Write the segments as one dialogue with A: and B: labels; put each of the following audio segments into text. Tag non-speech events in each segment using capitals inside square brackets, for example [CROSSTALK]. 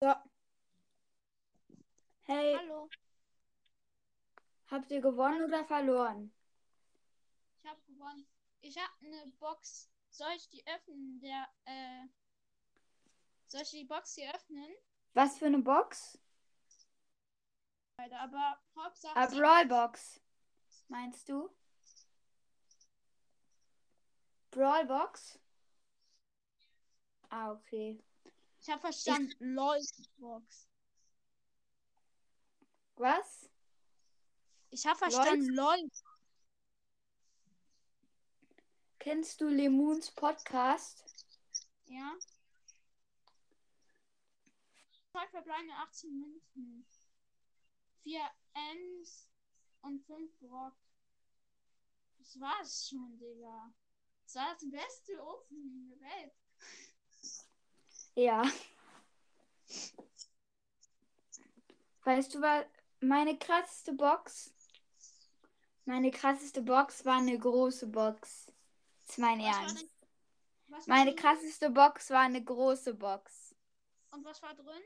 A: So. Hey,
B: Hallo,
A: habt ihr gewonnen oder verloren?
B: ich habe gewonnen. Ich habe eine Box. Soll ich die öffnen? Der, äh, soll ich die Box hier öffnen?
A: Was für eine Box?
B: Leider, Aber Hauptsache,
A: A Brawlbox. Meinst du? Brawlbox? Ah, okay.
B: ich habe verstanden. LOL-Box.
A: Was?
B: Ich habe verstanden. LOL.
A: Kennst du Lemoons Podcast?
B: Ja. Zwei verbleibende 18 Münzen. Vier Ms und fünf Brock. Das war's schon, Digga. Das war das beste Opening der Welt.
A: Ja. Weißt du, was meine krasseste Box? Meine krasseste Box war eine große Box. Das ist mein
B: Was war
A: Ernst.
B: denn- was war
A: Meine
B: drin?
A: krasseste Box war eine große Box.
B: Und was war drin?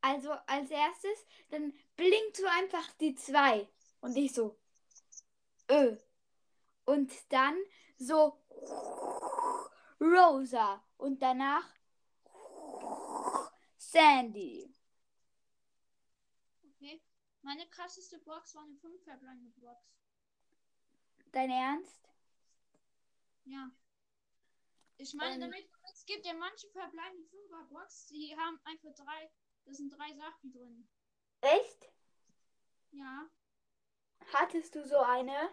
A: Also als erstes, dann blinkt so einfach die 2. Und ich so. Ö. Und dann so. Rosa. Und danach. Sandy.
B: Okay. Meine krasseste Box war eine 5 verbleibende Box.
A: Dein Ernst?
B: Ja. Ich meine
A: Ähm.
B: damit, es gibt ja manche verbleibende 5er Box, die haben einfach drei, das sind drei Sachen drin.
A: Echt?
B: Ja.
A: Hattest du so eine?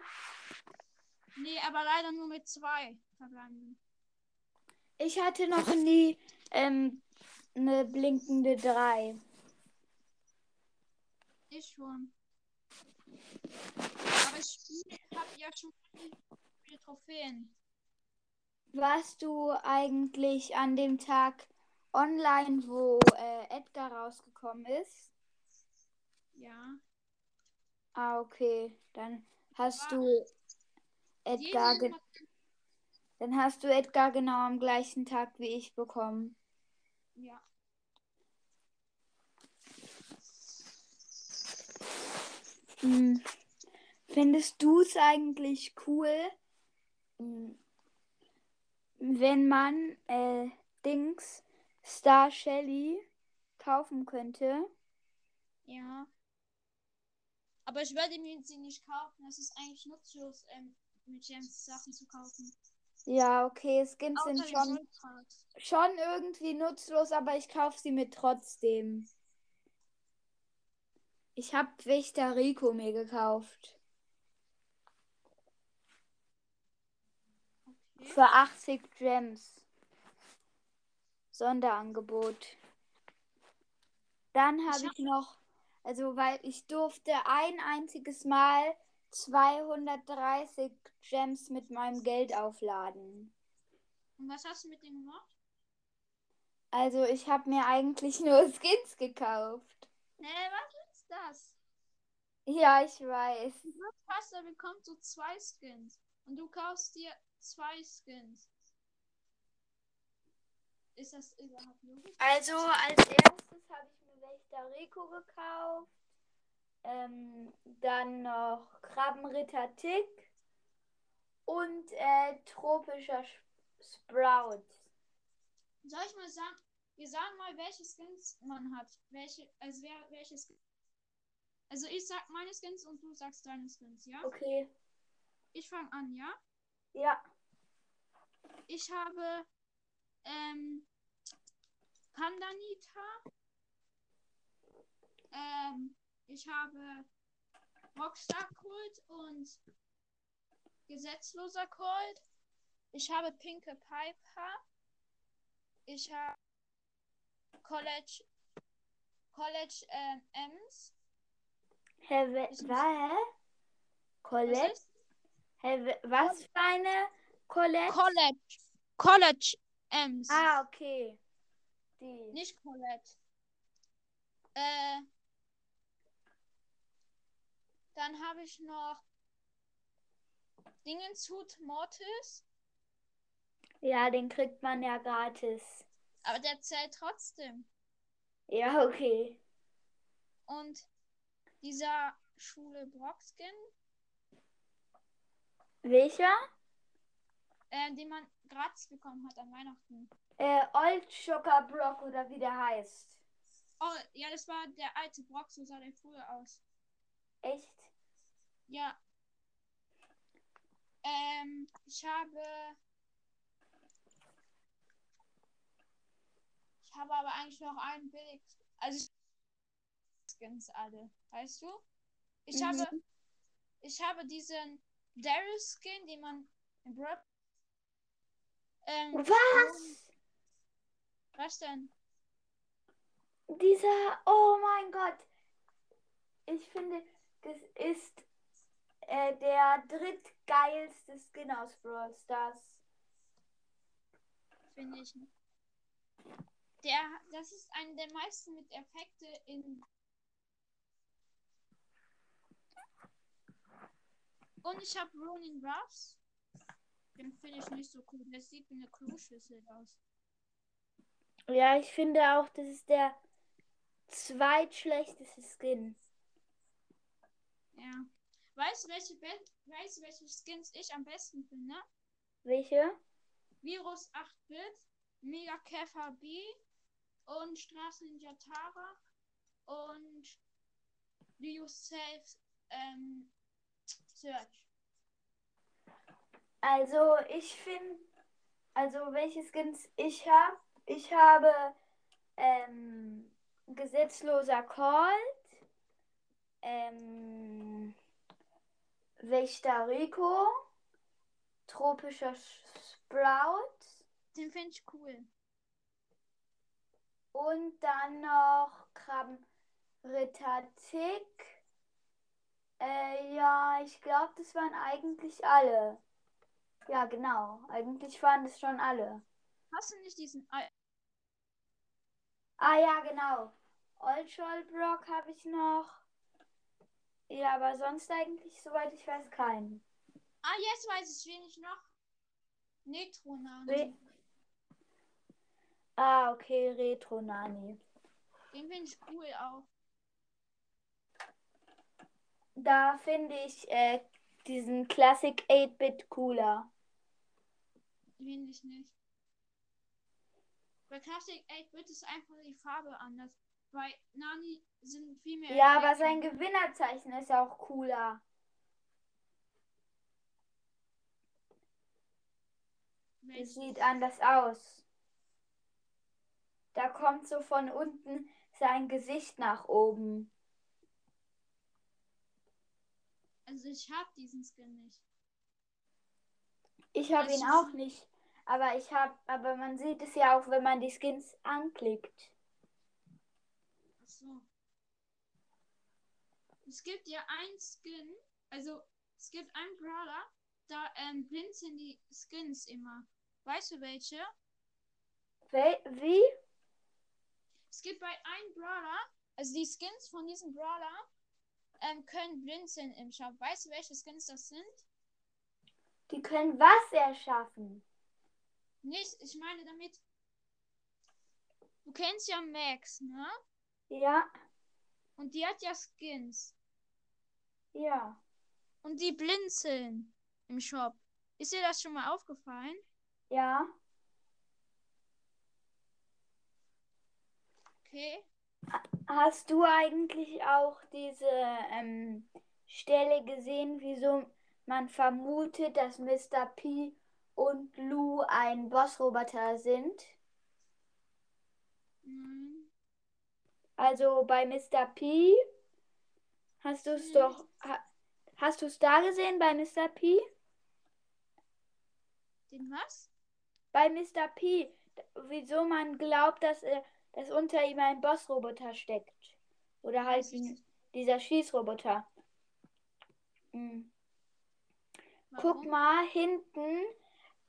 B: Nee, aber leider nur mit zwei verbleibenden.
A: Ich hatte noch nie ähm, eine blinkende 3.
B: Ich schon. Aber ich spiele, hab ja schon viele Trophäen.
A: Warst du eigentlich an dem Tag online, wo äh, Edgar rausgekommen ist?
B: Ja.
A: Ah, okay. Dann hast
B: War-
A: du Edgar,
B: Jeden
A: ge dann hast du Edgar genau am gleichen Tag wie ich bekommen.
B: Ja.
A: Hm. Findest du es eigentlich cool, hm, wenn man äh, Dings Star Shelly kaufen könnte?
B: Ja. Aber ich werde mir sie nicht kaufen. Das ist eigentlich nutzlos, ähm, mit Gems Sachen zu kaufen.
A: Ja, okay, Skins
B: Außer
A: sind
B: die
A: schon
B: Goldcards.
A: schon irgendwie nutzlos, aber ich kaufe sie mir trotzdem. Ich habe Wächter Rico mir gekauft.
B: Okay.
A: Für 80 Gems. Sonderangebot. Dann habe
B: Ich
A: ich noch, also weil ich durfte ein einziges Mal 230 Gems mit meinem Geld aufladen.
B: Und was hast du mit denen gemacht?
A: Also ich habe mir eigentlich nur [LAUGHS] Skins gekauft.
B: Nee, was ist das?
A: Ja, ich weiß.
B: Pasta bekommt so zwei Skins. Und du kaufst dir zwei Skins. Ist das überhaupt logisch?
A: Also als erstes habe ich mir Wächter Rico gekauft. Ähm, dann noch Krabbenritter Tick und äh, tropischer Sch- Sprout.
B: Soll ich mal sagen, wir sagen mal, welche Skins man hat. Welche, also wer, welche Skins. Also ich sag meine Skins und du sagst deine Skins, ja?
A: Okay.
B: Ich fange an, ja?
A: Ja.
B: Ich habe ähm, Pandanita. Ähm, ich habe Rockstar Colt und Gesetzloser Colt. Ich habe Pinke Piper. Ich habe College College ähm, Ems.
A: Hä, we-
B: Ich muss-
A: wa- hä?
B: Was
A: Colette?
B: ist?
A: Hä, we- was für eine Colette?
B: College College Ems.
A: ah, okay. Die.
B: Nicht Colette. Äh, dann habe ich noch Dingenshut Mortis,
A: Ja, den kriegt man ja gratis.
B: aber der zählt trotzdem.
A: Ja, okay.
B: Und dieser Schule Brockskin,
A: Welcher?
B: äh, den man gratis bekommen hat an Weihnachten.
A: Äh, Old Shocker Block oder wie der heißt.
B: Oh, ja, das war der alte Brock, so sah der früher aus.
A: Echt?
B: Ja. Ähm, ich habe. Ich habe aber eigentlich noch einen billig. Also ich- Skins alle, weißt du? Ich
A: Mhm.
B: habe. Ich habe diesen Daryl Skin, den man im Brad. Ähm,
A: Was?
B: was denn?
A: Dieser, oh mein Gott. Ich finde, das ist äh, der drittgeilste Skin aus Brawl Stars.
B: finde ich. Der, das ist einer der meisten mit Effekte in. Und ich habe Ronin Ruffs. Den finde ich nicht so cool. Der sieht wie eine Kloschüssel aus.
A: Ja, ich finde auch, das ist der zweitschlechteste Skin.
B: Ja. Weißt du, welche, Be weißt, du, welche Skins ich am besten finde?
A: Welche?
B: Virus 8-Bit, Mega Käfer B und Straßen Ninja Tara und Do You Save ähm, Search.
A: Also, ich finde, also welche Skins ich habe. Ich habe ähm, gesetzloser Colt, ähm, Wächter Rico, tropischer Sprout
B: Den finde ich cool.
A: und dann noch Krabbenritter Tick. Äh, ja, ich glaube, das waren eigentlich alle. Ja, genau. Eigentlich waren das schon alle.
B: Hast du nicht diesen. Al-
A: Ah ja, genau. Oldschool-Block habe ich noch. Ja, aber sonst eigentlich, soweit ich weiß, keinen.
B: Ah, jetzt weiß ich, wen ich noch. Neutronade.
A: We- Ah, okay, Retro-Nani.
B: Den finde ich cool auch.
A: Da finde ich äh, diesen Classic 8-Bit cooler.
B: Wen ich nicht. Bei Classic 8 wird es einfach die Farbe anders. Bei Nani sind viel mehr.
A: Ja, aber
B: Effekte.
A: sein Gewinnerzeichen ist auch cooler.
B: Welches?
A: Es sieht anders aus. Da kommt so von unten sein Gesicht nach oben.
B: Also, ich habe diesen Skin nicht.
A: Ich habe
B: Das
A: ihn
B: ist-
A: auch nicht. Aber ich habe, aber man sieht es ja auch, wenn man die Skins anklickt.
B: Ach so. Es gibt ja einen Skin, also es gibt einen Brawler, da ähm, blinzeln die Skins immer. Weißt du welche?
A: Wel wie?
B: Es gibt bei einem Brawler, also die Skins von diesem Brawler ähm, können blinzeln im Shop. Weißt du welche Skins das sind?
A: Die können was erschaffen.
B: Nicht, ich meine damit. Du kennst ja Max, ne?
A: Ja,
B: Und die hat ja Skins.
A: ja.
B: Und die blinzeln im Shop. Ist dir das schon mal aufgefallen?
A: Ja.
B: Okay.
A: Hast du eigentlich auch diese ähm, Stelle gesehen, wieso man vermutet, dass Mr. P und Lou ein Bossroboter sind?
B: Nein.
A: Also bei Mr. P hast du es
B: Mhm.
A: doch. Ha, hast du es da gesehen bei Mr. P?
B: Den was?
A: Bei Mr. P, d- wieso man glaubt, dass, er, dass unter ihm ein Bossroboter steckt. Oder halt
B: Weiß ich
A: ein,
B: nicht.
A: dieser Schießroboter. Mhm. Guck
B: Warum?
A: mal hinten,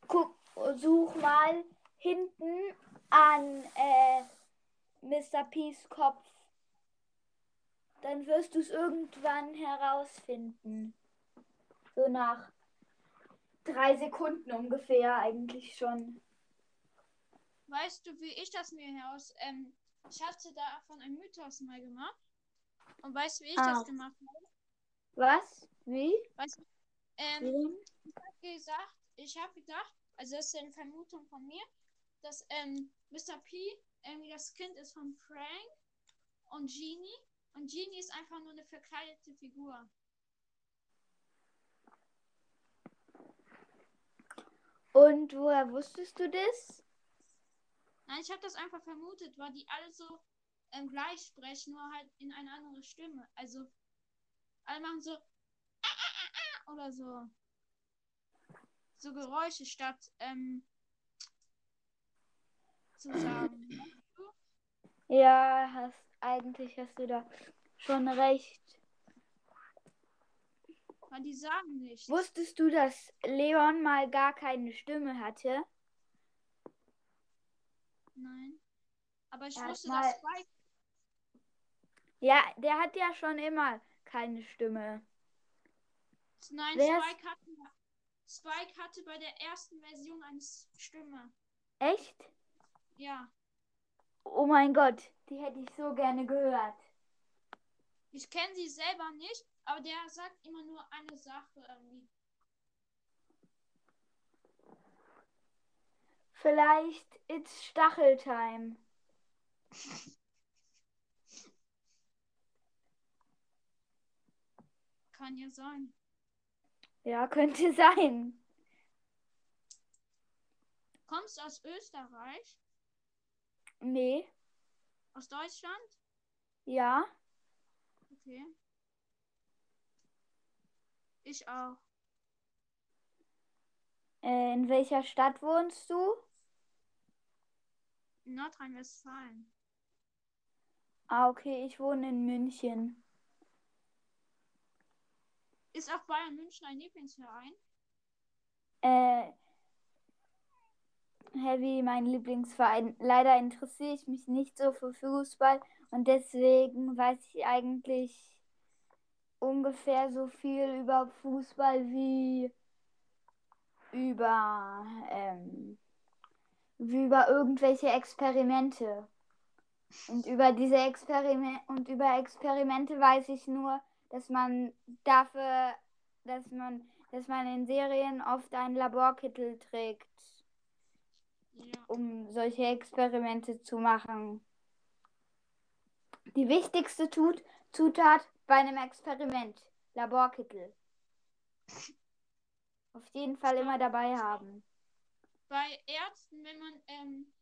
A: guck, such mal hinten an äh, Mr. P's Kopf. Dann wirst du es irgendwann herausfinden. So nach drei Sekunden ungefähr eigentlich schon.
B: Weißt du, wie ich das mir heraus ähm, Ich hatte davon einen Mythos mal gemacht. Und weißt du, wie ich
A: Ah.
B: das gemacht habe?
A: Was? Wie?
B: Weißt du, ähm,
A: Wen?
B: gesagt, ich habe gedacht, also das ist ja eine Vermutung von mir, dass ähm, Mr. P irgendwie das Kind ist von Frank und Genie. Und Genie ist einfach nur eine verkleidete Figur.
A: Und woher wusstest du das?
B: Nein, ich habe das einfach vermutet, weil die alle so ähm, gleich sprechen, nur halt in eine andere Stimme. Also alle machen so "Ah, ah, ah, ah" oder so. So Geräusche statt ähm, zu sagen. Weißt du?
A: Ja, hast, eigentlich hast du da schon recht.
B: Weil die sagen nichts.
A: Wusstest du, dass Leon mal gar keine Stimme hatte?
B: Nein. Aber ich
A: Ja,
B: wusste,
A: mal-
B: dass Spike.
A: Ja, der hat ja schon immer keine Stimme.
B: Nein,
A: Wer ist-
B: Spike hatte, Spike hatte bei der ersten Version eine S- Stimme.
A: Echt?
B: Ja.
A: Oh mein Gott, die hätte ich so gerne gehört.
B: Ich kenne sie selber nicht, aber der sagt immer nur eine Sache irgendwie.
A: Vielleicht it's Stacheltime.
B: Kann ja sein.
A: Ja, könnte [LAUGHS] sein.
B: Kommst du aus Österreich?
A: Nee,
B: Aus Deutschland?
A: ja.
B: Okay. Ich auch.
A: Äh, in welcher Stadt wohnst du?
B: In Nordrhein-Westfalen.
A: Ah, okay, ich wohne in München.
B: Ist auch Bayern München ein Lieblingsverein?
A: Äh, Heavy, mein Lieblingsverein. Leider interessiere ich mich nicht so für Fußball und deswegen weiß ich eigentlich ungefähr so viel über Fußball wie über, ähm, wie über irgendwelche Experimente. Und über diese Experimente und über Experimente weiß ich nur, dass man dafür, dass man dass man in Serien oft einen Laborkittel trägt,
B: Ja.
A: um solche Experimente zu machen. Die wichtigste Tut Zutat bei einem Experiment, Laborkittel. Auf jeden Fall immer dabei haben.
B: bei Ärzten, wenn man, ähm,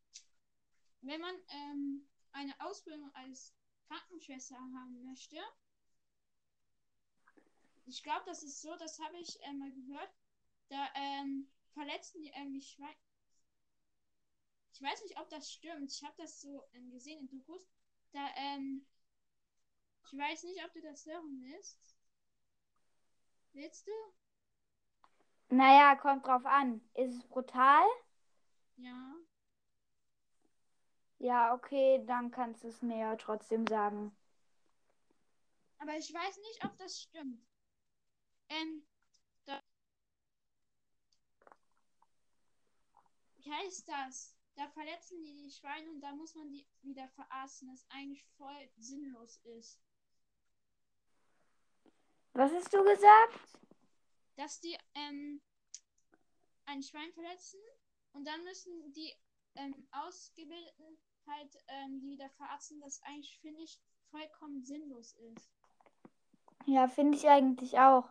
B: wenn man ähm, eine Ausbildung als Krankenschwester haben möchte. Ich glaube, das ist so, das habe ich äh, mal gehört. Da ähm, verletzen die irgendwie Schwein. Ich weiß nicht, ob das stimmt. Ich habe das so ähm, gesehen in Dokus. Da, ähm, ich weiß nicht, ob du das hören willst. Willst du?
A: Naja, kommt drauf an. Ist es brutal?
B: Ja.
A: Ja, okay, dann kannst du es mir ja trotzdem sagen.
B: Aber ich weiß nicht, ob das stimmt. Ähm, da. Wie heißt das? Da verletzen die die Schweine und da muss man die wieder verarzten, das eigentlich voll sinnlos ist.
A: Was hast du gesagt?
B: Dass die ähm, ein Schwein verletzen und dann müssen die ähm, Ausgebildeten halt ähm, die wieder verarzten, das eigentlich, finde ich, vollkommen sinnlos ist.
A: Ja, finde ich eigentlich auch.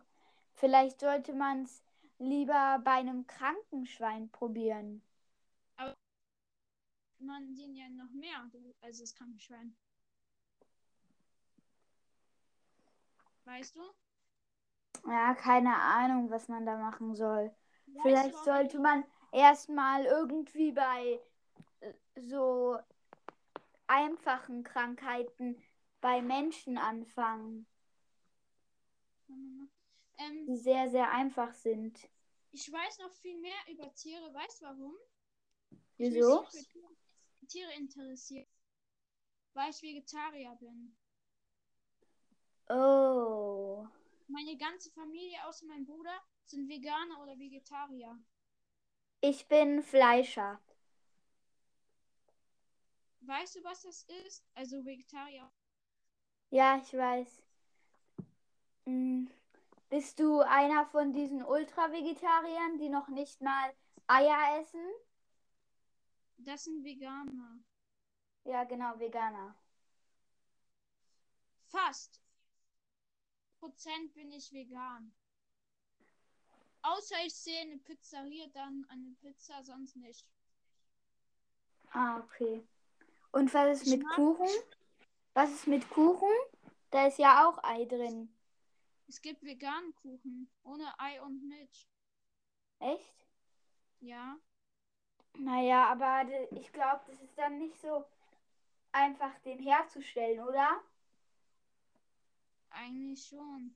A: Vielleicht sollte man es lieber bei einem Krankenschwein probieren.
B: Man denen ja noch mehr, also das Krankenschwein. Weißt du?
A: Ja, keine Ahnung, was man da machen soll.
B: Weißt
A: Vielleicht
B: du, ob-
A: sollte man erstmal irgendwie bei äh, so einfachen Krankheiten bei Menschen anfangen,
B: Ähm,
A: die sehr, sehr einfach sind.
B: ich weiß noch viel mehr über Tiere. Weißt du warum? Ich mich
A: Wieso?
B: so für Tiere- Tiere interessiert. Weil ich Vegetarier bin.
A: Oh.
B: Meine ganze Familie, außer mein Bruder, sind Veganer oder Vegetarier.
A: Ich bin Fleischer.
B: Weißt du, was das ist? Also Vegetarier.
A: Ja, ich weiß. Hm. Bist du einer von diesen Ultra-Vegetariern, die noch nicht mal Eier essen?
B: Das sind Veganer.
A: Ja, genau, Veganer.
B: Fast. Prozent bin ich vegan. Außer ich sehe eine Pizzeria, dann eine Pizza, sonst nicht.
A: Ah, okay. Und was ist
B: Ich
A: mit
B: mag-
A: Kuchen? Was ist mit Kuchen? Da ist ja auch Ei drin.
B: Es gibt veganen Kuchen. Ohne Ei und Milch.
A: Echt?
B: Ja.
A: Naja, aber d- ich glaube, das ist dann nicht so einfach, den herzustellen, oder?
B: Eigentlich schon.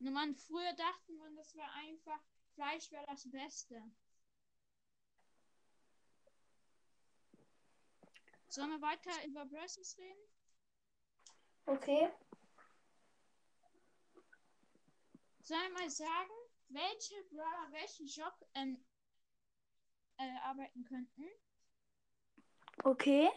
B: Nur man, früher dachten man, das wäre einfach, Fleisch wäre das Beste. Sollen wir weiter über Breasts reden?
A: Okay.
B: Sollen wir mal sagen, welche Brawler welchen Job ähm, äh, arbeiten könnten?
A: Okay.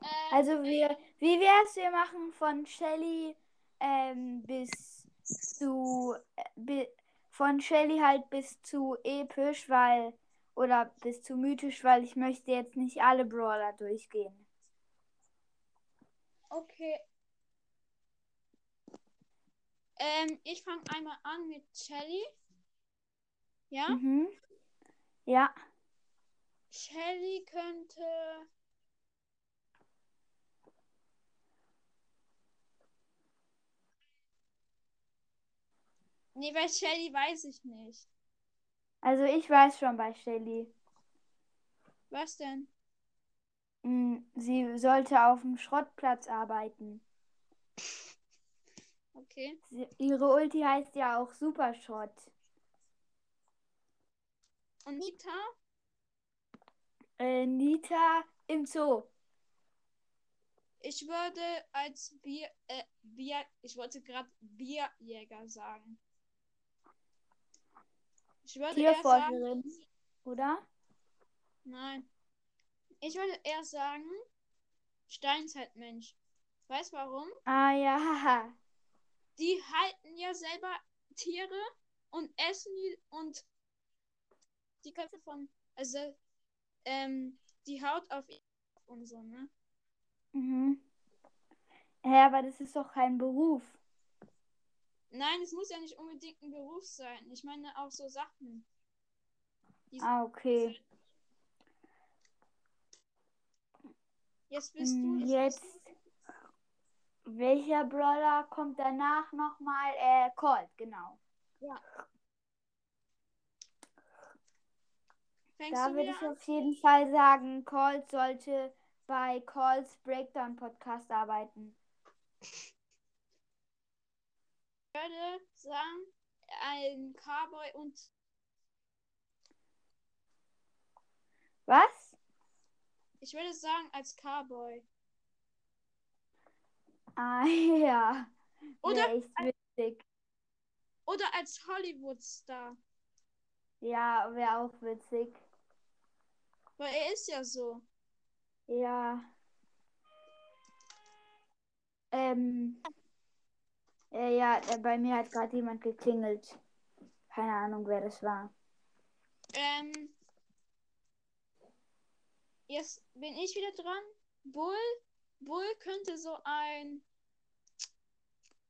B: Äh,
A: Also wir, wie wär's, wir machen von Shelly ähm, bis zu äh, bi, von Shelly halt bis zu episch, weil oder bis zu mythisch, weil ich möchte jetzt nicht alle Brawler durchgehen.
B: Okay. Ähm, ich fange einmal an mit Shelly. Ja?
A: Mhm. Ja.
B: Shelly könnte. Nee, bei Shelly weiß ich nicht.
A: Also ich weiß schon bei Shelly.
B: Was denn?
A: Mm, Sie sollte auf dem Schrottplatz arbeiten.
B: Okay.
A: Sie, ihre Ulti heißt ja auch Superschrott.
B: Und Nita?
A: Äh, Nita im Zoo.
B: Ich würde als Bier. Äh, Bier. Ich wollte gerade Bierjäger sagen. Ich würde eher sagen.
A: Tierforscherin, oder?
B: Nein. Ich würde eher sagen, Steinzeitmensch. Weißt warum?
A: Ah ja, [LAUGHS] haha.
B: Die halten ja selber Tiere und essen die und die Köpfe von, also, ähm, die Haut auf ihr und so, ne?
A: Mhm. Hä, aber das ist doch kein Beruf.
B: Nein, es muss ja nicht unbedingt ein Beruf sein. Ich meine auch so Sachen.
A: Ah, okay.
B: Jetzt bist
A: Hm,
B: du.
A: Jetzt. Welcher Brawler kommt danach nochmal? Äh, Colt, genau.
B: Fängst
A: Da
B: du
A: würde
B: wieder
A: ich
B: an?
A: auf jeden Fall sagen, Colt sollte bei Colts Breakdown Podcast arbeiten.
B: Ich würde sagen, ein Cowboy und
A: Was?
B: ich würde sagen, als Cowboy.
A: Ah, [LAUGHS] ja.
B: Oder,
A: Wär echt witzig.
B: oder als Hollywood-Star.
A: Ja, wäre auch witzig.
B: Weil er ist ja so.
A: Ja. Ähm. Äh, ja, äh, bei mir hat gerade jemand geklingelt. Keine Ahnung, wer das war.
B: Ähm, jetzt bin ich wieder dran. Bull, Bull könnte so ein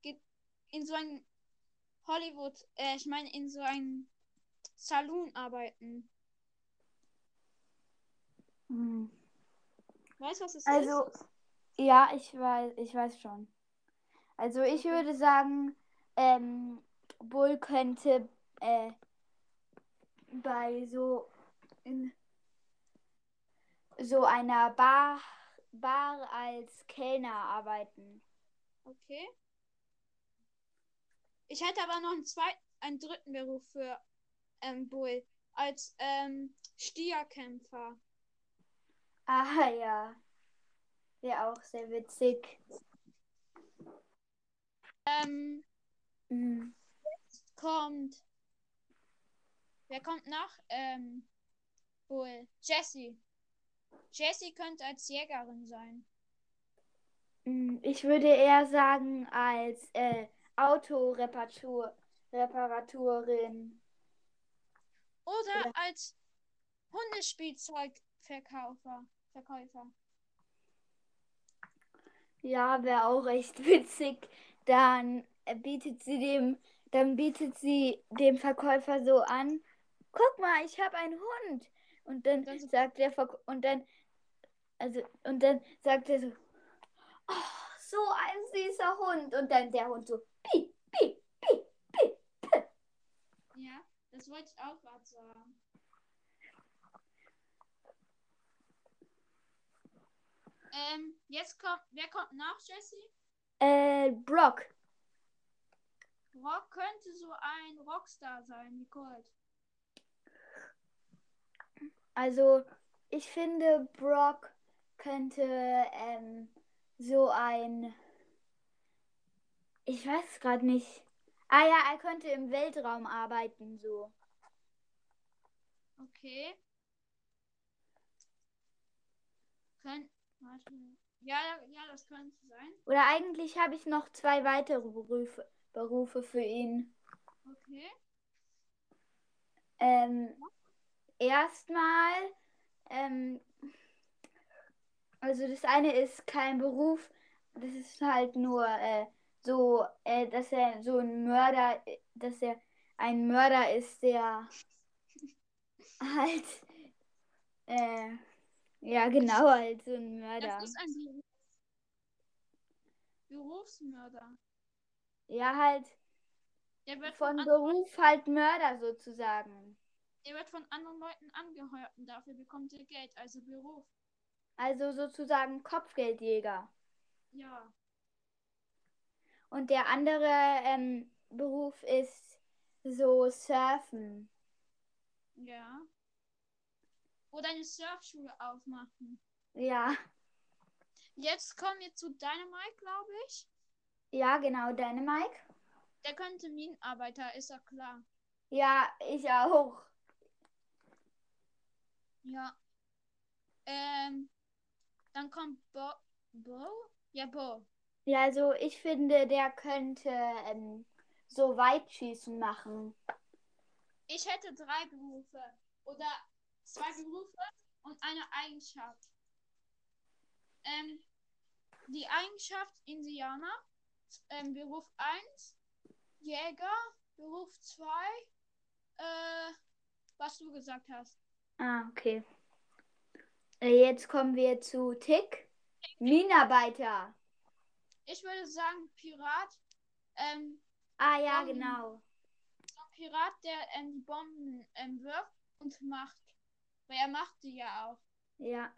B: Ge- in so ein Hollywood, äh, ich meine in so ein Saloon arbeiten.
A: Hm.
B: Weißt du, was es
A: Also,
B: ist?
A: ja, ich weiß, ich weiß schon. Also, ich
B: Okay.
A: würde sagen, ähm, Bull könnte äh, bei so in so einer Bar, Bar als Kellner arbeiten. [LAUGHS]
B: Okay. Ich hätte aber noch einen zweiten, einen dritten Beruf für ähm, Bull als ähm, Stierkämpfer.
A: Ah ja, wäre auch sehr witzig.
B: Ähm,
A: Mhm.
B: kommt Wer kommt nach? Ähm, wohl. Jessie. Jessie könnte als Jägerin sein.
A: Hm, Ich würde eher sagen, als äh, Autoreparatur, Reparaturin.
B: Oder
A: Ja.
B: als Hundespielzeugverkäufer. Verkäufer.
A: Ja, wäre auch recht [LAUGHS] witzig. Dann äh, bietet sie dem, dann bietet sie dem Verkäufer so an, guck mal, ich habe einen Hund. Und dann
B: Dann so-
A: sagt der Verk und dann also und dann sagt er so, oh, so ein süßer Hund. Und dann der Hund so, piep, piep.
B: Ja, das wollte ich auch gerade sagen. Ähm, jetzt kommt, wer kommt nach Jessie?
A: Äh, Brock.
B: Rock könnte so ein Rockstar sein, Nicole.
A: Also, ich finde, Brock könnte ähm, so ein. Ich weiß es gerade nicht. Ah ja, er könnte im Weltraum arbeiten, so.
B: Okay. Könnt, warte. Ja, ja, das könnte sein.
A: Oder eigentlich habe ich noch zwei weitere Berufe, Berufe für ihn.
B: Okay.
A: Ähm, erstmal, ähm, also das eine ist kein Beruf, das ist halt nur äh, so, äh, dass er so ein Mörder, dass er ein Mörder ist, der halt, äh, ja genau, halt so ein Mörder.
B: Das ist ein Beruf. Berufsmörder.
A: Ja, halt
B: Der wird von,
A: von
B: an,
A: Beruf halt Mörder sozusagen.
B: der wird von anderen Leuten angeheuert und dafür bekommt er Geld, also Beruf.
A: Also sozusagen Kopfgeldjäger.
B: Ja.
A: Und der andere ähm, Beruf ist so Surfen.
B: Ja. Oder eine Surfschule aufmachen.
A: Ja,
B: Jetzt kommen wir zu Dynamite, glaube ich.
A: ja, genau, deine Mike.
B: Der könnte Minenarbeiter, ist ja klar.
A: Ja, ich auch.
B: Ja. Ähm, dann kommt Bo. Bo? Ja, Bo.
A: Ja, also ich finde, der könnte ähm, so Weitschießen machen.
B: Ich hätte drei Berufe. Oder zwei Berufe und eine Eigenschaft. Ähm, die Eigenschaft Indianer. Ähm, Beruf 1. Jäger. Beruf 2. Äh, was du gesagt hast.
A: Ah, okay. Äh, Jetzt kommen wir zu Tick. Minenarbeiter.
B: Ich würde sagen Pirat. Ähm,
A: Ah, ja,
B: Ähm,
A: genau.
B: so ein Pirat, der ähm, die Bomben ähm, wirft und macht. Weil er macht die ja auch.
A: Ja.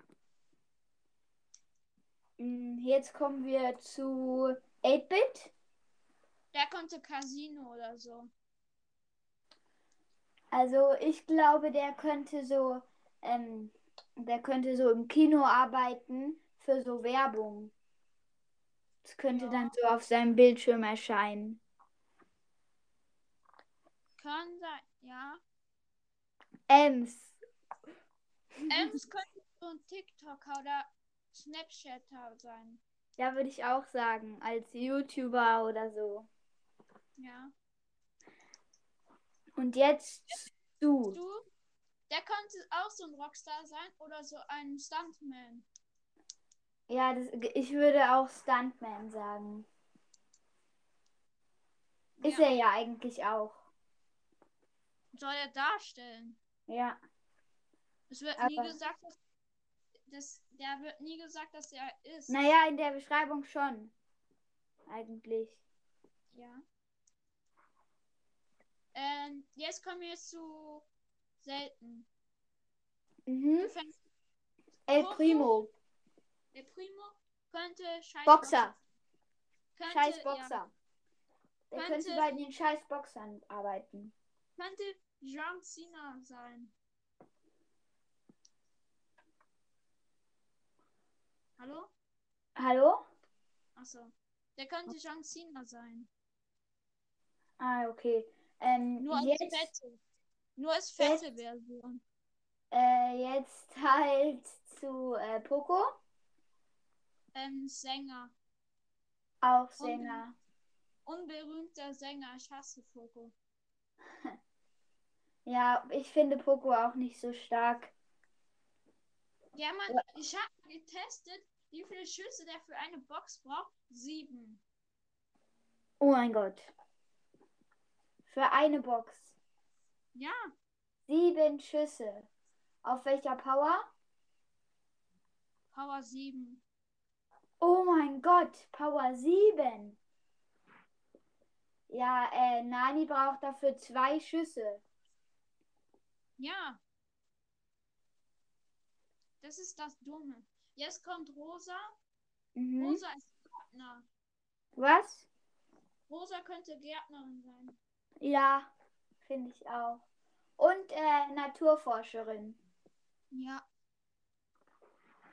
A: Mm, Jetzt kommen wir zu 8-Bit.
B: Der konnte Casino oder so.
A: Also ich glaube, der könnte so, ähm, der könnte so im Kino arbeiten für so Werbung. Das könnte
B: Ja.
A: dann so auf seinem Bildschirm erscheinen.
B: Kann sein, ja.
A: Ems.
B: Ems Ähm, könnte so ein TikToker oder Snapchatter sein.
A: Ja, würde ich auch sagen, als YouTuber oder so.
B: Ja.
A: Und jetzt du.
B: Du, der könnte auch so ein Rockstar sein oder so ein Stuntman.
A: Ja, das, ich würde auch Stuntman sagen. Ist
B: ja.
A: er ja eigentlich auch.
B: Soll er darstellen.
A: Ja.
B: Es wird nie
A: Aber-
B: gesagt, dass, dass der wird nie gesagt, dass er ist.
A: Naja, in der Beschreibung schon. Eigentlich.
B: Ja. Ähm, jetzt kommen wir zu selten.
A: Mhm.
B: Du fängst-
A: El
B: Coco?
A: Primo.
B: Der Primo könnte scheiß
A: Boxer.
B: Könnte,
A: Scheiß
B: Ja,
A: Boxer. Der
B: Könnte-
A: könnte bei den Scheiß Boxern arbeiten.
B: könnte John Cena sein. Hallo?
A: Hallo?
B: Achso. Der könnte John Cena sein.
A: Ah, okay. Ähm,
B: Nur als
A: jetzt,
B: Bett. Nur als fette Version.
A: Äh, jetzt [LAUGHS] halt zu äh, Poco,
B: Ähm, Sänger. Oh
A: auch Sänger.
B: Unberühmter Sänger. Ich hasse Fogo.
A: Ja, ich finde Poco auch nicht so stark.
B: Ja, Mann, ich habe getestet, wie viele Schüsse der für eine Box braucht. Sieben.
A: Oh mein Gott. Für eine Box.
B: Ja,
A: Sieben Schüsse. Auf welcher Power?
B: Power sieben.
A: Oh mein Gott, Power 7. Ja, äh, Nani braucht dafür zwei Schüsse.
B: Ja. Das ist das Dumme. Jetzt kommt Rosa.
A: Mhm.
B: Rosa ist Gärtner.
A: Was?
B: Rosa könnte Gärtnerin sein.
A: Ja, finde ich auch. Und äh, Naturforscherin.
B: Ja.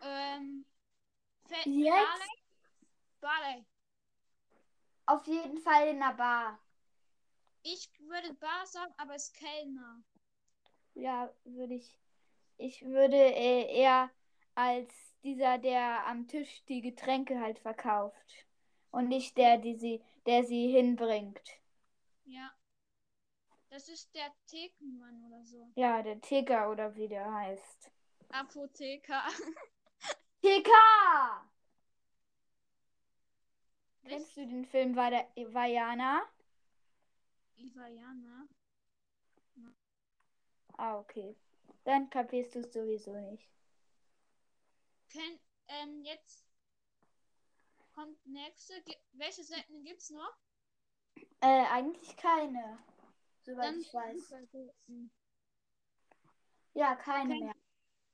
B: Ähm. Fett
A: Jetzt?
B: Barley? Barley.
A: Auf jeden Fall in der Bar.
B: Ich würde Bar sagen, aber es ist Kellner.
A: Ja, würde ich. Ich würde äh, eher als dieser, der am Tisch die Getränke halt verkauft. Und nicht der, die sie, der sie hinbringt.
B: Ja. Das ist der Thekenmann oder so.
A: Ja, der Ticker oder wie der heißt. [LAUGHS]
B: Apotheker.
A: Ticker! Kennst
B: Richtig,
A: du den Film Vada- Vajana?
B: Ivana.
A: Ah, okay. Dann kapierst du es sowieso nicht.
B: Ken, ähm, jetzt kommt nächste. Ge- Welche Sekten gibt's noch?
A: Äh, eigentlich keine. Soweit ich weiß.
B: Supersekten.
A: Ja, keine
B: Keine.
A: mehr.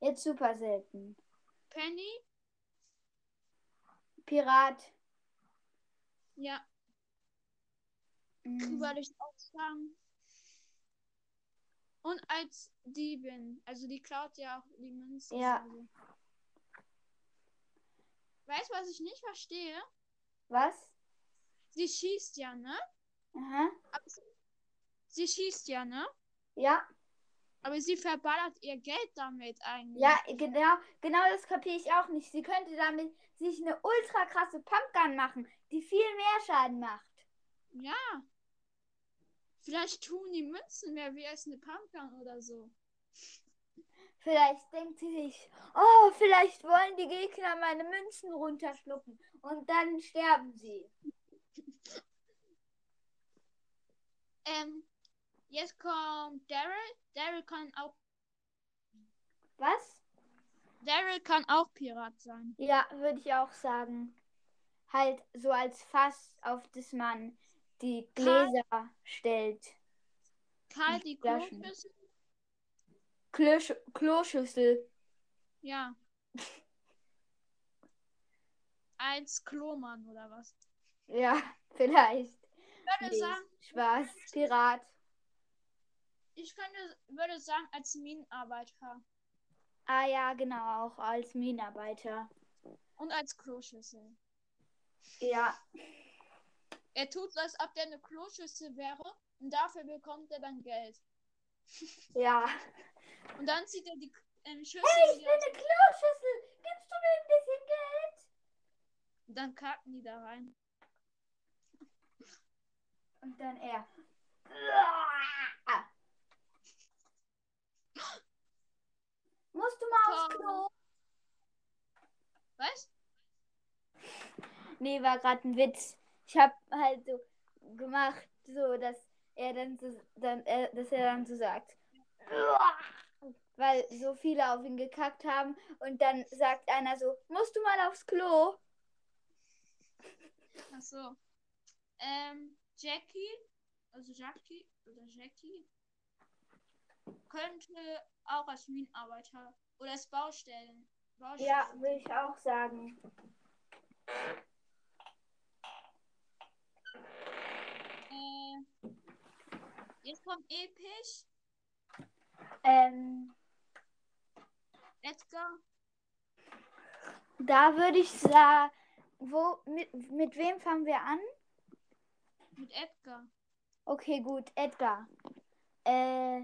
A: Jetzt super selten.
B: Penny?
A: Pirat.
B: Ja,
A: mm,
B: würde ich auch sagen. Und als Diebin. Also die klaut ja auch die Münzen.
A: Ja.
B: Also. Weißt du, was ich nicht verstehe?
A: Was?
B: Sie schießt ja, ne?
A: Aha.
B: Aber sie- Sie schießt ja, ne?
A: Ja,
B: Aber sie verballert ihr Geld damit eigentlich.
A: ja, genau, genau das kapiere ich auch nicht. Sie könnte damit sich eine ultra krasse Pumpgun machen, die viel mehr Schaden macht.
B: Ja. Vielleicht tun die Münzen mehr wie als eine Pumpgun oder so.
A: Vielleicht denkt sie sich, oh, vielleicht wollen die Gegner meine Münzen runterschlucken und dann sterben sie.
B: Ähm, jetzt kommt Daryl. Daryl kann auch
A: Was?
B: Daryl kann auch Pirat sein.
A: Ja, würde ich auch sagen. Halt so als Fass, auf das man die Gläser stellt.
B: Karl
A: Die
B: die
A: Flaschen.
B: Kloschüssel.
A: Klosch Kloschüssel.
B: Ja. Als Klomann oder was?
A: Ja, [LAUGHS] vielleicht.
B: Ich würde
A: Nee,
B: sagen,
A: Spaß. Pirat.
B: ich könnte, würde sagen, als Minenarbeiter
A: Ah ja, genau, auch als Minenarbeiter.
B: und als Kloschüssel.
A: Ja.
B: Er tut so, als ob der eine Kloschüssel wäre und dafür bekommt er dann Geld.
A: Ja.
B: Und dann zieht er die ähm, Schüssel
A: Ich
B: wieder
A: bin eine Kloschüssel. Gibst du mir ein bisschen Geld?
B: und dann kacken die da rein.
A: Und dann er. Musst du mal aufs Klo?
B: Was?
A: Nee, war gerade ein Witz. Ich hab halt so gemacht, so dass er dann so, dann, äh, dass er dann so sagt. Weil so viele auf ihn gekackt haben und dann sagt einer so, musst du mal aufs Klo?
B: Ach so. Ähm, Jackie, also Jackie oder Jackie, könnte auch als Minenarbeiter oder als Baustellen. Baustellen.
A: Ja, will ich auch sagen.
B: Äh, jetzt kommt episch.
A: Ähm,
B: Let's go.
A: da würde ich sagen, wo, mit, mit wem fangen wir an?
B: Mit Edgar.
A: Okay, gut, Edgar. Äh,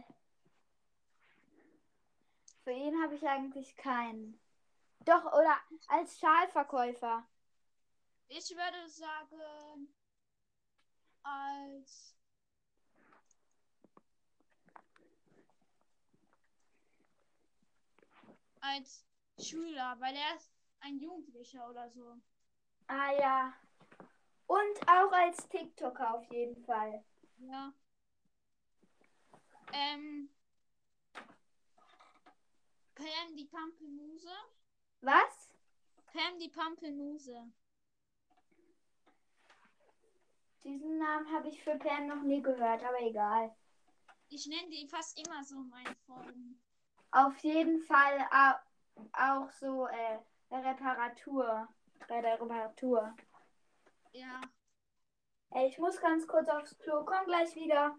A: Für ihn habe ich eigentlich keinen. Doch, oder als Schalverkäufer.
B: Ich würde sagen, als. als Schüler, weil er ist ein Jugendlicher oder so.
A: Ah ja. Und auch als TikToker auf jeden Fall.
B: Ja. Ähm. Pam die Pampelmuse.
A: Was?
B: Pam die Pampelmuse.
A: Diesen Namen habe ich für Pam noch nie gehört, aber egal.
B: Ich nenne die fast immer so in meinen Folgen.
A: Auf jeden Fall au- auch so äh, Reparatur. Bei der Reparatur.
B: Ja.
A: Ey, ich muss ganz kurz aufs Klo. Komm gleich wieder.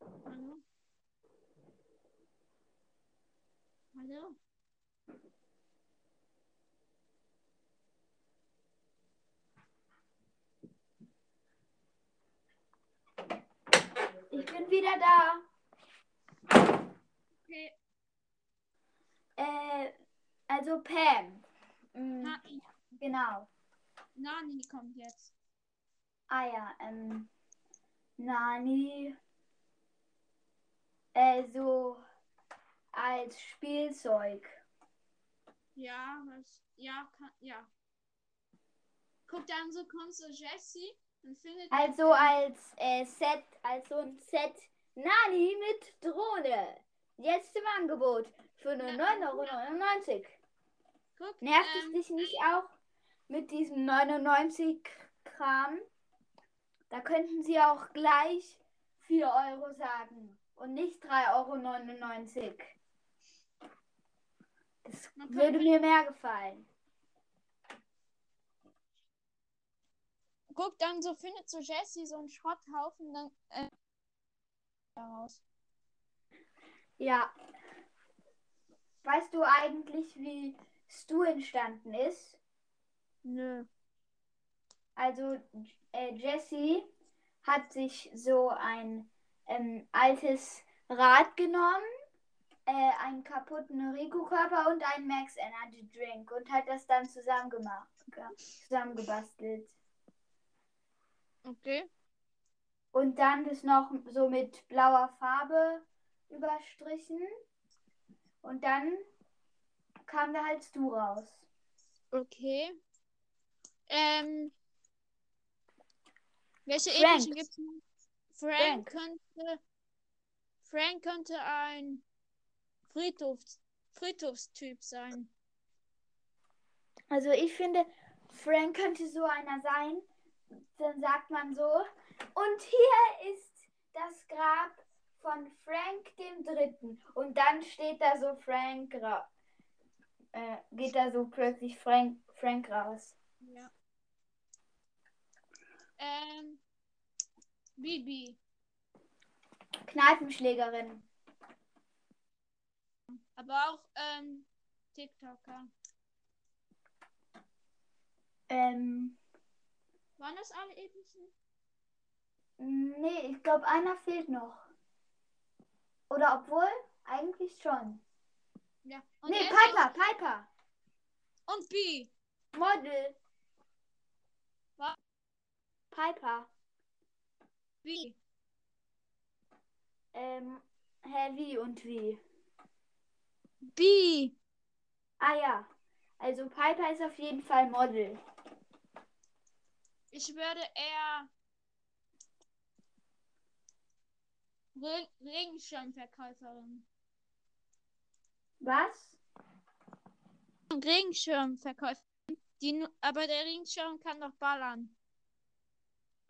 B: Hallo? Hallo?
A: Ich bin wieder da.
B: Okay.
A: Äh, also Pam. Mhm,
B: Na,
A: genau.
B: Nani kommt jetzt.
A: Ah ja, ähm, Nani. Äh, so als Spielzeug.
B: Ja, was? Ja, kann, ja. Guck dann so kommt so Jessie und findet
A: Also als äh, Set, als so ein Set Nani mit Drohne. Jetzt im Angebot für nur 9,99 Euro.
B: guck,
A: Nervt es
B: ähm,
A: dich nicht auch mit diesem 99-Kram? Da könnten sie auch gleich 4 Euro sagen und nicht 3,99 Euro. Das
B: Man könnte-
A: würde mir mehr gefallen.
B: guck dann so findet so Jessie so einen Schrotthaufen dann äh, daraus.
A: Ja. Weißt du eigentlich, wie Stu entstanden ist?
B: Nö.
A: Also äh, Jessie hat sich so ein ähm, altes Rad genommen, äh, einen kaputten Rico-Körper und einen Max Energy Drink und hat das dann zusammen gemacht, ge- zusammengebastelt.
B: Okay.
A: Und dann das noch so mit blauer Farbe überstrichen. Und dann kam da halt du raus.
B: Okay. Ähm. Welche
A: Frank.
B: ähnlichen gibt's noch? Frank, könnte. Frank könnte ein Friedhofs, Friedhofstyp sein.
A: Also ich finde, Frank könnte so einer sein. Dann sagt man so. Und hier ist das Grab von Frank dem Dritten. Und dann steht da so Frank ra- äh, geht da so plötzlich Frank, Frank raus.
B: Ja. Ähm. Bibi.
A: Kneipenschlägerin.
B: Aber auch ähm, TikToker.
A: Ähm,
B: Waren das alle ähnlichen?
A: nee, ich glaube, einer fehlt noch. Oder obwohl, eigentlich schon.
B: Ja. Und
A: Nee,
B: er ist
A: Piper, Piper.
B: auch- Und B.
A: Model.
B: Was?
A: Piper.
B: B.
A: Ähm, hä, wie und wie?
B: B.
A: Ah ja. Also Piper ist auf jeden Fall Model.
B: Ich würde eher Re- Regenschirmverkäuferin.
A: Was?
B: Regenschirmverkäuferin. Die, nu- aber der Regenschirm kann doch ballern.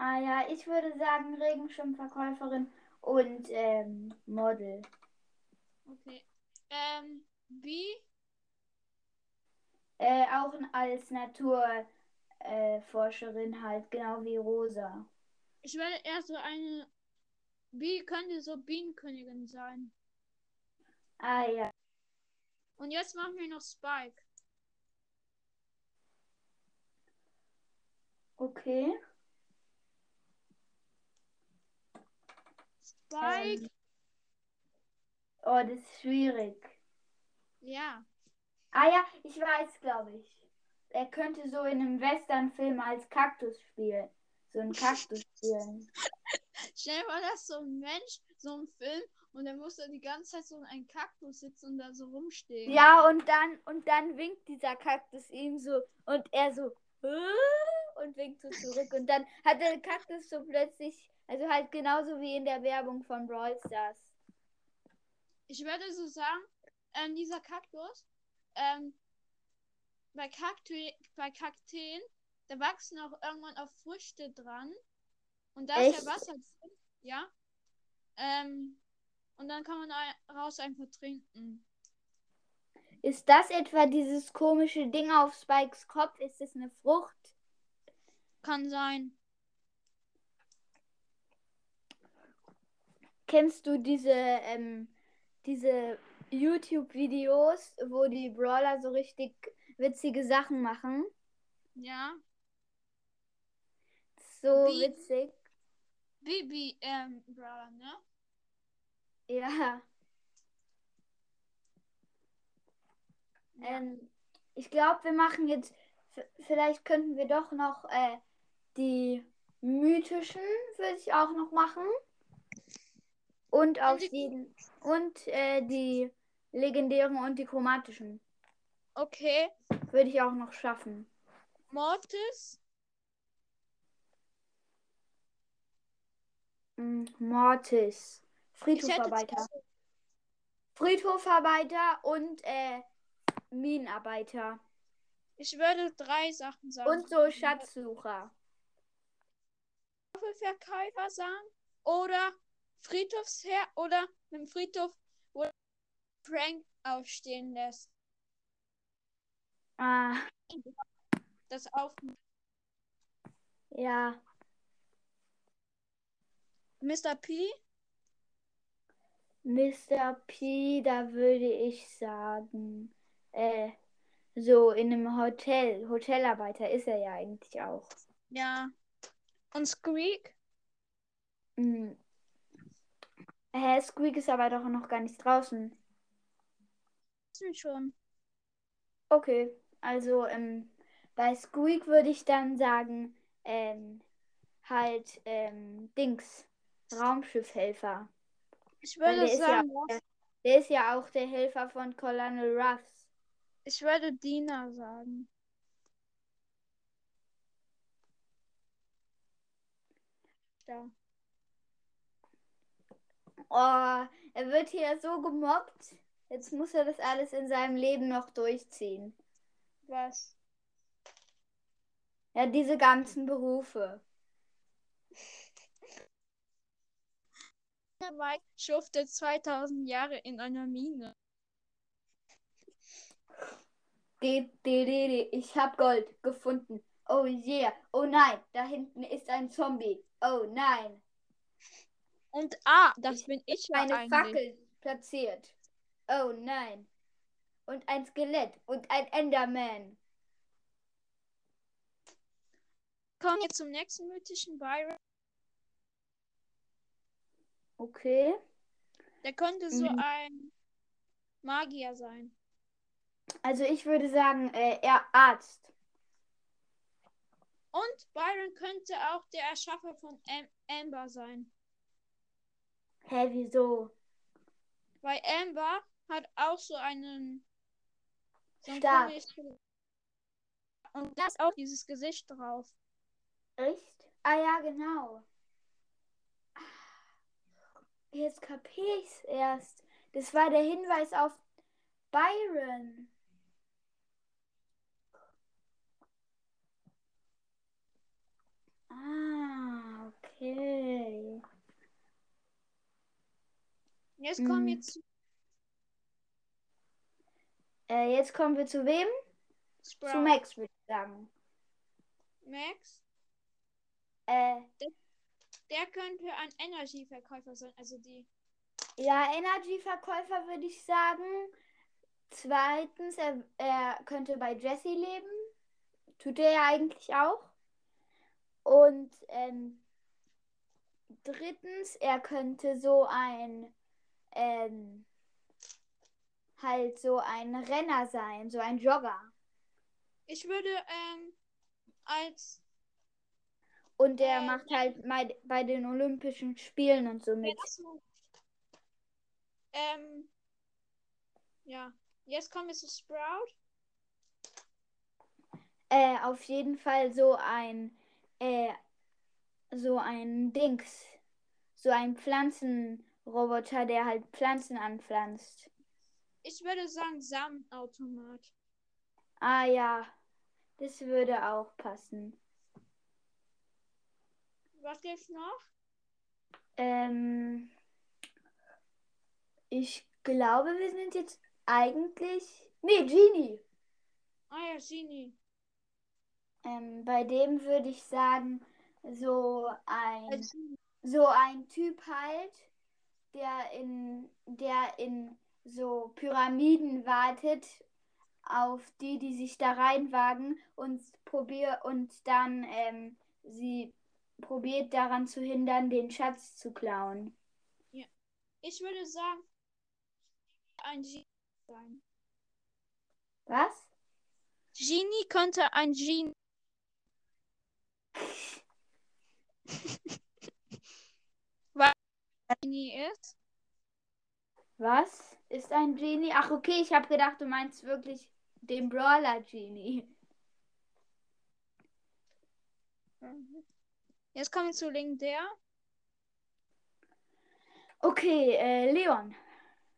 A: Ah ja, ich würde sagen Regenschirmverkäuferin und ähm, Model.
B: Okay. Ähm, B.
A: Äh, auch in- als Naturforscherin äh, Forscherin halt, genau wie Rosa.
B: Ich werde eher so eine. B könnte so Bienenkönigin sein.
A: Ah ja.
B: Und jetzt machen wir noch Spike.
A: Okay.
B: Spike.
A: Ähm, oh, das ist schwierig.
B: Ja.
A: Ah ja, ich weiß, glaube ich. Er könnte so in einem Westernfilm als Kaktus spielen. So ein Kaktus spielen.
B: Stell dir mal, das so ein Mensch, so ein Film, und der muss da die ganze Zeit so in einem Kaktus sitzen und da so rumstehen.
A: Ja, und dann, und dann winkt dieser Kaktus ihm so und er so "Äh?" und winkt so zurück. Und dann hat der Kaktus so plötzlich, also halt genauso wie in der Werbung von Brawl Stars.
B: Ich würde so sagen, ähm, dieser Kaktus, ähm, bei, Kaktü bei Kakteen, da wachsen auch irgendwann auch Früchte dran. Und da ist
A: Echt?
B: ja Wasser drin, ja. Ähm, und dann kann man da raus einfach trinken.
A: Ist das etwa dieses komische Ding auf Spikes Kopf? Ist es eine Frucht?
B: Kann sein.
A: Kennst du diese, ähm, diese YouTube-Videos, wo die Brawler so richtig witzige Sachen machen?
B: Ja.
A: So
B: Wie?
A: witzig.
B: Baby, ähm, Brawler, ne?
A: Ja. Ähm, ich glaube, wir machen jetzt, v- vielleicht könnten wir doch noch äh, die mythischen, würde ich auch noch machen. Und auf
B: die-
A: jeden, und äh, die legendären und die chromatischen
B: Okay.
A: würde ich auch noch schaffen.
B: Mortis.
A: Mm, Mortis.
B: Ich hätte
A: Friedhofarbeiter.
B: zuerst-
A: Friedhofarbeiter und äh, Minenarbeiter.
B: Ich würde drei Sachen sagen.
A: Und so Schatzsucher.
B: Kartoffelverkäufer sagen oder Friedhofsherr oder einem Friedhof, wo Frank aufstehen lässt.
A: Ah,
B: Das auf
A: ja.
B: Mr. P.
A: Mr. P, da würde ich sagen. Äh, so in einem Hotel. Hotelarbeiter ist er ja eigentlich auch.
B: Ja. Und Squeak.
A: Mm. Hä, Squeak ist aber doch noch gar nicht draußen.
B: Wissen schon.
A: Okay, also ähm, bei Squeak würde ich dann sagen, ähm, halt ähm, Dings, Raumschiffhelfer.
B: Ich
A: Weil
B: würde
A: der ist ja-
B: sagen,
A: Der ist ja auch der Helfer von Colonel Ruffs.
B: ich würde Dina sagen. Ja.
A: Oh, er wird hier so gemobbt. Jetzt muss er das alles in seinem Leben noch durchziehen.
B: Was?
A: Ja, diese ganzen Berufe.
B: Mike schufte 2000 Jahre in einer Mine.
A: Di- di- di- di. Ich hab Gold gefunden. Oh yeah. Oh nein, da hinten ist ein Zombie. Oh nein.
B: Und ah, das bin ich ja
A: eine
B: eigentlich.
A: Fackel platziert. Oh nein. Und ein Skelett und ein Enderman.
B: Kommen wir zum nächsten mythischen Byron.
A: Okay.
B: Der könnte so
A: Mhm.
B: ein Magier sein.
A: Also ich würde sagen, äh, er Arzt.
B: Und Byron könnte auch der Erschaffer von Am Amber sein.
A: Hä, wieso?
B: Weil Amber hat auch so einen. So einen
A: Stab.
B: komischen- Und da ist auch dieses Gesicht drauf.
A: Echt? Ah ja, genau. Jetzt kapier ich's erst. Das war der Hinweis auf Byron. Ah, okay.
B: Jetzt kommen
A: Mhm.
B: wir zu
A: Äh, jetzt kommen wir zu wem?
B: Sprout.
A: Zu Max, würde ich sagen.
B: Max,
A: Äh,
B: der könnte ein Energieverkäufer sein. Also die.
A: ja, Energy-Verkäufer würde ich sagen. Zweitens, er, er könnte bei Jesse leben. Tut er ja eigentlich auch. Und ähm, drittens, er könnte so ein, ähm, halt so ein Renner sein, so ein Jogger.
B: Ich würde ähm, als
A: Und der
B: Ähm.
A: macht halt mei- bei den Olympischen Spielen und so mit.
B: ähm, ja. Jetzt kommen wir zu Sprout.
A: Äh, auf jeden Fall so ein, äh, so ein Dings. So ein Pflanzenroboter, der halt Pflanzen anpflanzt.
B: Ich würde sagen Samenautomat.
A: Ah ja, das würde auch passen.
B: Was gibt's noch?
A: Ähm, ich glaube, wir sind jetzt eigentlich. Nee, Genie.
B: Ah ja, Genie.
A: Ähm, bei dem würde ich sagen, so ein.
B: Als Genie.
A: so ein Typ halt, der in, der in so Pyramiden wartet auf die, die sich da reinwagen und probier und dann ähm, sie probiert daran zu hindern, den Schatz zu klauen.
B: Ich würde sagen ein Genie sein.
A: Was?
B: Genie könnte
A: [LAUGHS]
B: ein Genie. Was Genie ist?
A: Was? Ist ein Genie? Ach okay, ich habe gedacht, du meinst wirklich den Brawler Genie.
B: Jetzt kommen wir zu Link der.
A: Okay, äh, Leon.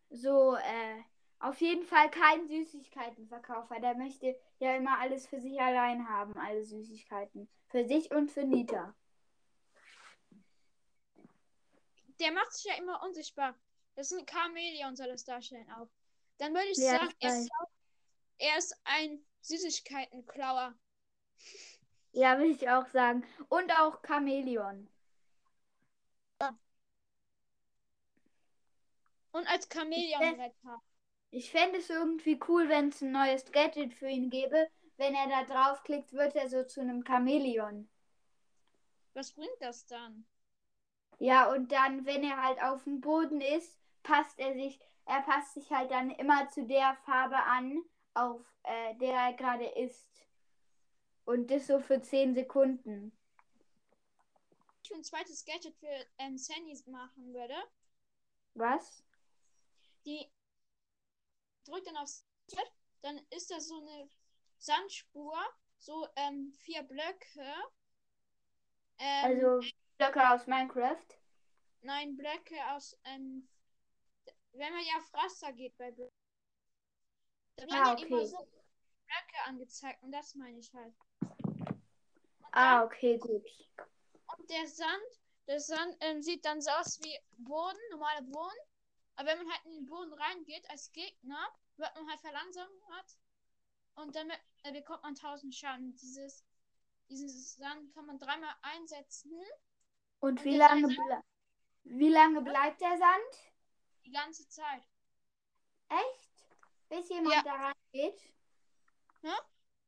A: So, äh, auf jeden Fall kein Süßigkeitenverkäufer. Der möchte ja immer alles für sich allein haben, alle Süßigkeiten. Für sich und für Nita.
B: Der macht sich ja immer unsichtbar. Das sind Chamäleon, soll das darstellen auch. Dann würde ich
A: Ja,
B: sagen,
A: ich
B: er
A: weiß.
B: ist, er ist ein Süßigkeitenklauer.
A: Ja, will ich auch sagen. Und auch Chamäleon.
B: Und als Chamäleon Retter.
A: Ich fände es irgendwie cool, wenn es ein neues Gadget für ihn gäbe. Wenn er da draufklickt, wird er so zu einem Chamäleon.
B: Was bringt das dann?
A: Ja, und dann, wenn er halt auf dem Boden ist, passt er sich, er passt sich halt dann immer zu der Farbe an, auf äh, der er gerade ist. Und das so für 10 Sekunden.
B: Ich ein zweites Gadget für ähm, Sandy machen würde.
A: Was?
B: Die drückt dann aufs Gadget, dann ist das so eine Sandspur, so ähm, vier Blöcke. Ähm,
A: Also Blöcke aus Minecraft?
B: Nein, Blöcke aus. Ähm, wenn man ja auf Raster geht bei Blöcken, dann werden
A: Ah,
B: ja immer
A: okay.
B: so Blöcke angezeigt und das meine ich halt.
A: Ah, okay, gut.
B: Und der Sand, der Sand ähm, sieht dann so aus wie Boden, normaler Boden. Aber wenn man halt in den Boden reingeht als Gegner, wird man halt verlangsamt und dann äh, bekommt man 1000 Schaden. Dieses, diesen Sand kann man dreimal einsetzen,
A: Und
B: Und
A: wie
B: jetzt
A: lange,
B: also-
A: ble wie lange bleibt der Sand?
B: die ganze Zeit.
A: Echt? Bis jemand
B: Ja. Hm?
A: da reingeht?
B: Hä?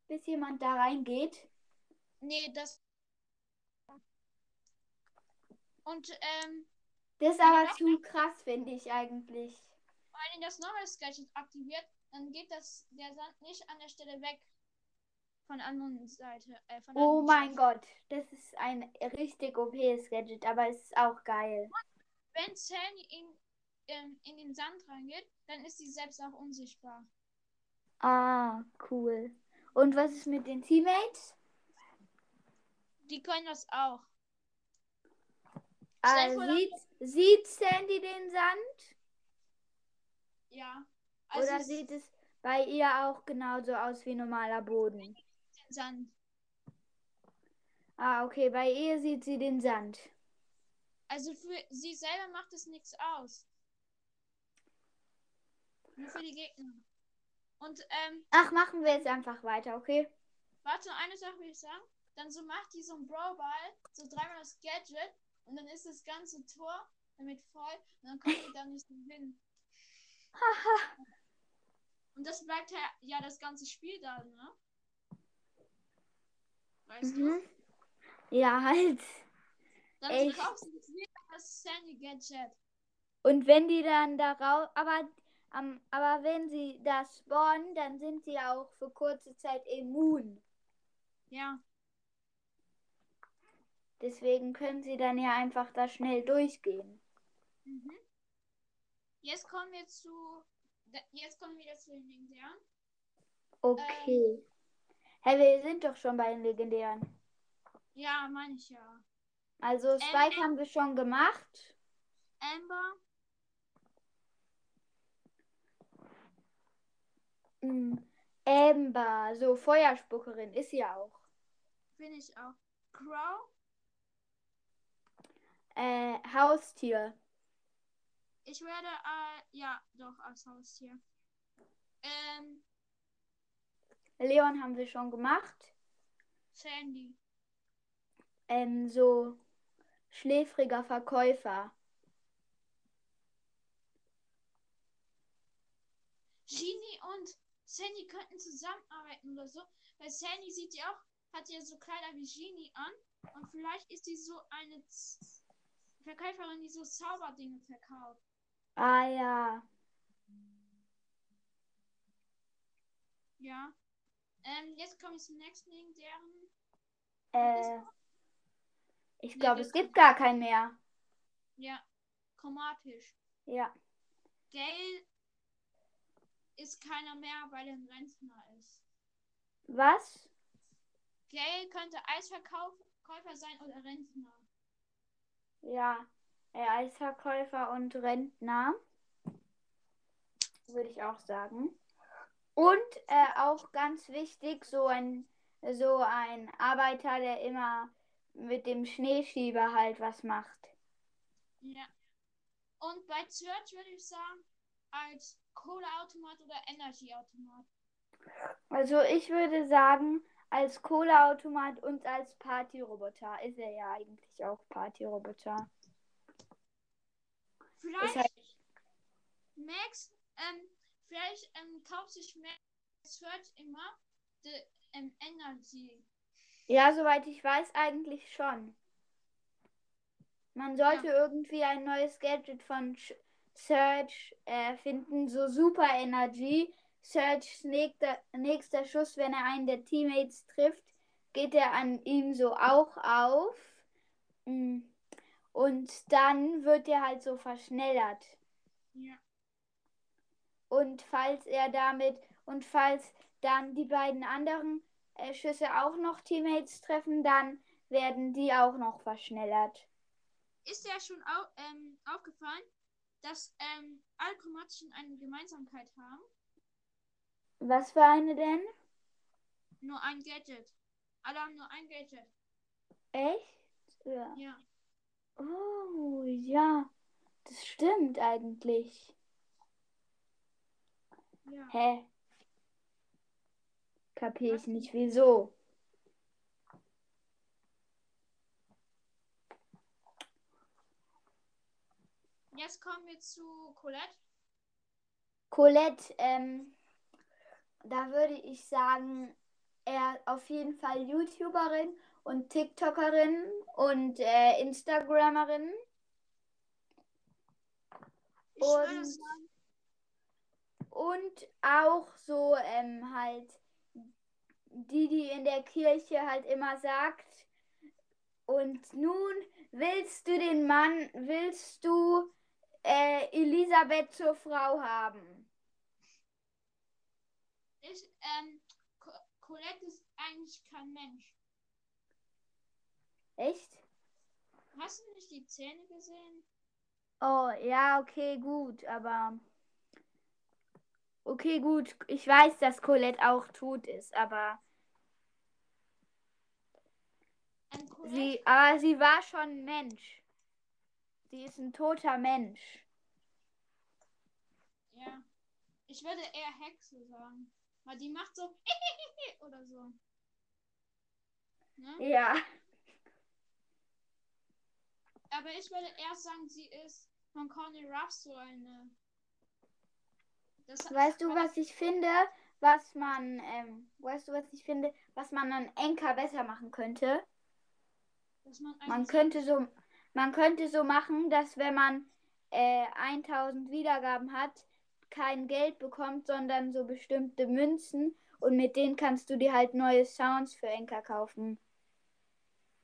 A: Bis jemand da reingeht?
B: Nee, das. Und ähm,
A: Das ist
B: Ja,
A: aber
B: das-
A: zu krass, finde ich eigentlich.
B: wenn ihr das normale Gadget aktiviert, dann geht das der Sand nicht an der Stelle weg. Von der anderen Seite. Äh, von der
A: Oh
B: anderen
A: mein
B: Seite.
A: Gott, das ist ein richtig OP-Gadget, aber es ist auch geil.
B: Wenn Sandy ihn ähm, in den Sand reingeht, dann ist sie selbst auch unsichtbar.
A: Ah, cool. Und was ist mit den Teammates?
B: Die können das auch.
A: Ah,
B: Stell dir vor, da-
A: sieht, sieht Sandy den Sand?
B: Ja. Also
A: Oder
B: es
A: sieht es bei ihr auch genauso aus wie normaler Boden?
B: ist der Sand.
A: Ah, okay, bei ihr sieht sie den Sand.
B: Also für sie selber macht es nichts aus. Nur für die Gegner. Und ähm,
A: Ach, machen wir jetzt einfach weiter, okay?
B: warte, eine Sache will ich sagen. Dann so macht die so einen Broball, so dreimal das Gadget und dann ist das ganze Tor damit voll und dann kommt die da nicht hin. und das bleibt ja, ja das ganze Spiel da, ne? Weißt du?
A: Mhm. Ja, [LAUGHS] halt.
B: Dann
A: Echt?
B: kaufst du das wieder das Sandy Gadget.
A: Und wenn die dann da raus, aber, am- aber wenn sie da spawnen, dann sind sie auch für kurze Zeit immun.
B: Ja.
A: Deswegen können sie dann ja einfach da schnell durchgehen.
B: Mhm. Jetzt kommen wir zu. da- Jetzt kommen wir wieder zu den Legendären.
A: Okay. Hä, wir sind doch schon bei den Legendären.
B: Ja, meine ich ja.
A: Also Spike haben wir schon gemacht.
B: Amber,
A: Hm. Amber, so Feuerspuckerin, ist sie auch.
B: finde ich auch. Crow,
A: Äh, Haustier.
B: ich werde. Äh, ja, doch, als Haustier. Ähm,
A: Leon haben wir schon gemacht.
B: Sandy.
A: Ähm, so schläfriger Verkäufer.
B: Genie und Sandy könnten zusammenarbeiten oder so. Weil Sandy sieht ja auch, hat ja so Kleider wie Genie an. Und vielleicht ist sie so eine Z Verkäuferin, die so Zauberdinge verkauft.
A: Ah ja.
B: Ja. Ähm, jetzt komme ich zum nächsten legendären.
A: Äh, ich glaube, es gibt gar keinen mehr.
B: Ja. Chromatisch.
A: Ja.
B: Gale ist keiner mehr, weil er ein Rentner ist.
A: Was?
B: Gale könnte Eisverkäufer sein oder Rentner.
A: Ja. Äh, Eisverkäufer und Rentner. Würde ich auch sagen. Und äh, auch ganz wichtig, so ein, so ein Arbeiter, der immer mit dem Schneeschieber halt was macht.
B: Ja. Und bei Church würde ich sagen, als Kohleautomat oder Energieautomat.
A: Also ich würde sagen, als Cola-Automat und als Partyroboter ist er ja eigentlich auch Partyroboter.
B: Vielleicht
A: halt-
B: Max, ähm, vielleicht ähm, kauft sich Max Church immer die ähm, Energie.
A: Ja, soweit ich weiß, eigentlich schon. Man sollte irgendwie ein neues Gadget von Sch- Surge äh, finden, so Super Energy. Surges nächster, nächster Schuss, wenn er einen der Teammates trifft, geht er an ihm so auch auf. Mm. Und dann wird er halt so verschnellert.
B: Ja.
A: Und falls er damit und falls dann die beiden anderen äh, Schüsse auch noch Teammates treffen, dann werden die auch noch verschnellert.
B: ist ja schon au ähm, aufgefallen, dass ähm, alle Chromatischen eine Gemeinsamkeit haben,
A: Was für eine denn?
B: nur ein Gadget. Alle haben nur ein Gadget.
A: Echt? Ja.
B: Ja.
A: Oh, ja. Das stimmt eigentlich.
B: ja.
A: Hä? Kapier ich nicht, wieso?
B: Jetzt kommen wir zu Colette.
A: Colette, ähm, da würde ich sagen, er auf jeden Fall YouTuberin und TikTokerin und äh, Instagramerin.
B: Ich würde
A: Und-
B: sagen,
A: Und auch so ähm, halt die, die in der Kirche halt immer sagt, und nun willst du den Mann, willst du äh, Elisabeth zur Frau haben.
B: Ich, ähm, Co Colette ist eigentlich kein Mensch.
A: Echt?
B: Hast du nicht die Zähne gesehen?
A: Oh, ja, okay, gut, aber. Okay, gut. Ich weiß, dass Colette auch tot ist, aber
B: Ähm, Colette,
A: sie, aber sie war schon ein Mensch. Sie ist ein toter Mensch.
B: ja. Ich würde eher Hexe sagen. Weil die macht so [LAUGHS] oder so. Ne?
A: Ja.
B: Aber ich würde eher sagen, sie ist von Conny Ruff so eine. Das
A: Weißt du, was ich finde, was man, ähm, weißt du, was ich finde, was man an Enka besser machen könnte?
B: dass man
A: Man
B: eigentlich-
A: könnte so, man könnte so machen, dass wenn man äh, 1000 Wiedergaben hat, kein Geld bekommt, sondern so bestimmte Münzen und mit denen kannst du dir halt neue Sounds für Enka kaufen.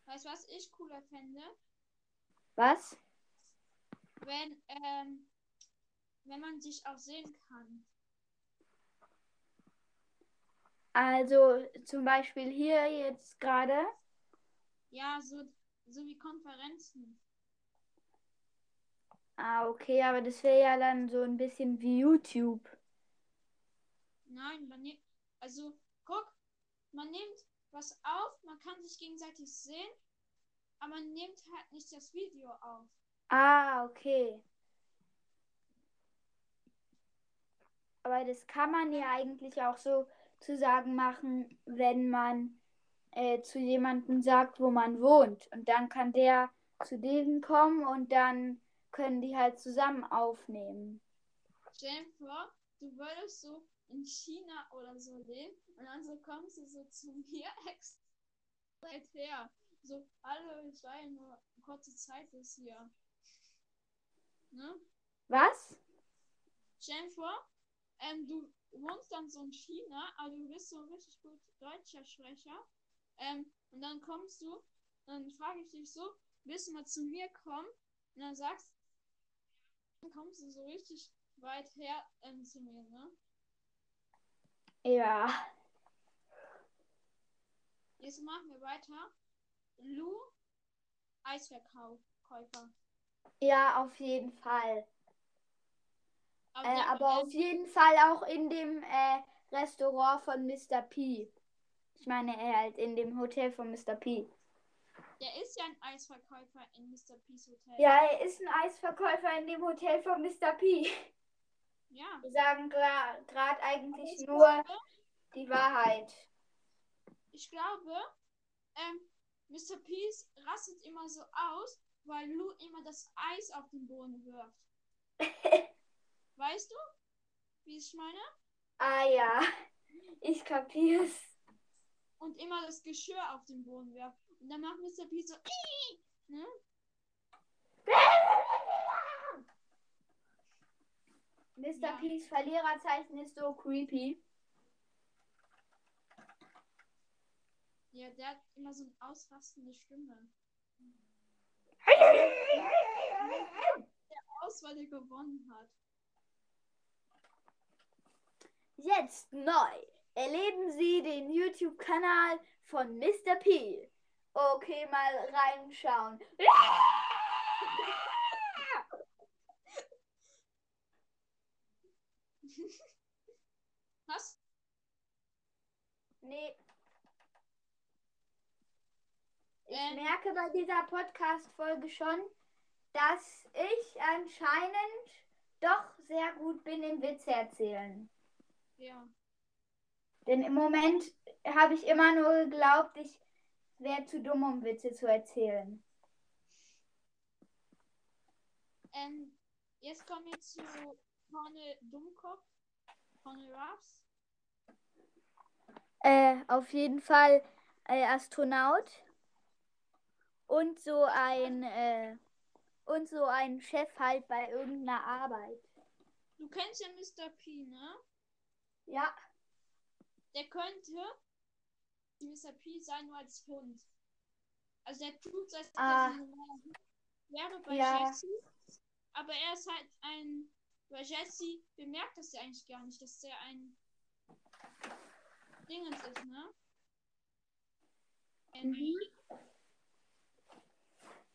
B: Weißt du, was ich cooler fände?
A: Was?
B: Wenn, ähm, wenn man sich auch sehen kann.
A: Also zum Beispiel hier jetzt gerade.
B: Ja, so, so wie Konferenzen.
A: Ah, okay, aber das wäre ja dann so ein bisschen wie YouTube.
B: Nein, man nimmt. Also, guck, man nimmt was auf, man kann sich gegenseitig sehen, aber man nimmt halt nicht das Video auf.
A: Ah, okay. Aber das kann man ja eigentlich auch so zu sagen machen, wenn man äh, zu jemandem sagt, wo man wohnt. Und dann kann der zu denen kommen und dann können die halt zusammen aufnehmen.
B: Stell dir vor, du würdest so in China oder so leben und dann so kommst du so zu mir [LAUGHS] extra weit her. So, hallo, ich war ja nur eine kurze Zeit bis hier. Ne?
A: Was?
B: Stell dir vor, ähm, du wohnst dann so in China, aber du bist so ein richtig gut deutscher Sprecher. Ähm, und dann kommst du, dann frage ich dich so, willst du mal zu mir kommen? Und dann sagst dann kommst du so richtig weit her ähm, zu mir, ne?
A: Ja.
B: Jetzt machen wir weiter. Lou, Eisverkäufer.
A: Ja, auf jeden Fall.
B: Aber,
A: Äh,
B: der-
A: aber auf jeden Fall auch in dem äh, Restaurant von Mr. P. Ich meine, äh, halt in dem Hotel von Mr. P.
B: der ist ja ein Eisverkäufer in Mr. Peace Hotel.
A: Ja, er ist ein Eisverkäufer in dem Hotel von Mr. P.
B: Ja.
A: Die sagen gerade eigentlich
B: Ich
A: nur
B: glaube,
A: die Wahrheit.
B: ich glaube ähm, Mr. Peace rastet immer so aus, weil Lou immer das Eis auf den Boden wirft. weißt du, wie ich meine?
A: Ah ja, ich kapier's.
B: Und immer das Geschirr auf den Boden wirft. Und dann macht Mr. Peace so, [CLEARS THROAT] "Ii!" ne?
A: Mr.
B: Ja.
A: P's Verliererzeichen ist so [LAUGHS] creepy.
B: Ja, der hat immer so eine ausrastende Stimme. Aus, weil er gewonnen hat.
A: Jetzt neu. Erleben Sie den YouTube-Kanal von Mr. P. Okay, mal reinschauen.
B: Was?
A: Nee. Ich
B: Ähm.
A: merke bei dieser Podcast-Folge schon, dass ich anscheinend doch sehr gut bin im Witze erzählen.
B: Ja.
A: Denn im Moment habe ich immer nur geglaubt, ich wäre zu dumm, um Witze zu erzählen.
B: Ähm, jetzt kommen wir zu Cornel Dummkopf. Cornel Ruffs.
A: Äh, auf jeden Fall äh, Astronaut und so ein äh, und so ein Chef halt bei irgendeiner Arbeit.
B: Du kennst ja Mr. P, ne?
A: Ja,
B: Der könnte Mr. P sein, nur als Hund. Also der tut so, als
A: Ah.
B: er so normal wäre bei
A: Ja.
B: Jesse. aber er ist halt ein. Weil Jesse bemerkt das ja eigentlich gar nicht, dass der ein. Dingens ist, ne? Ähm, Ein
A: Mhm.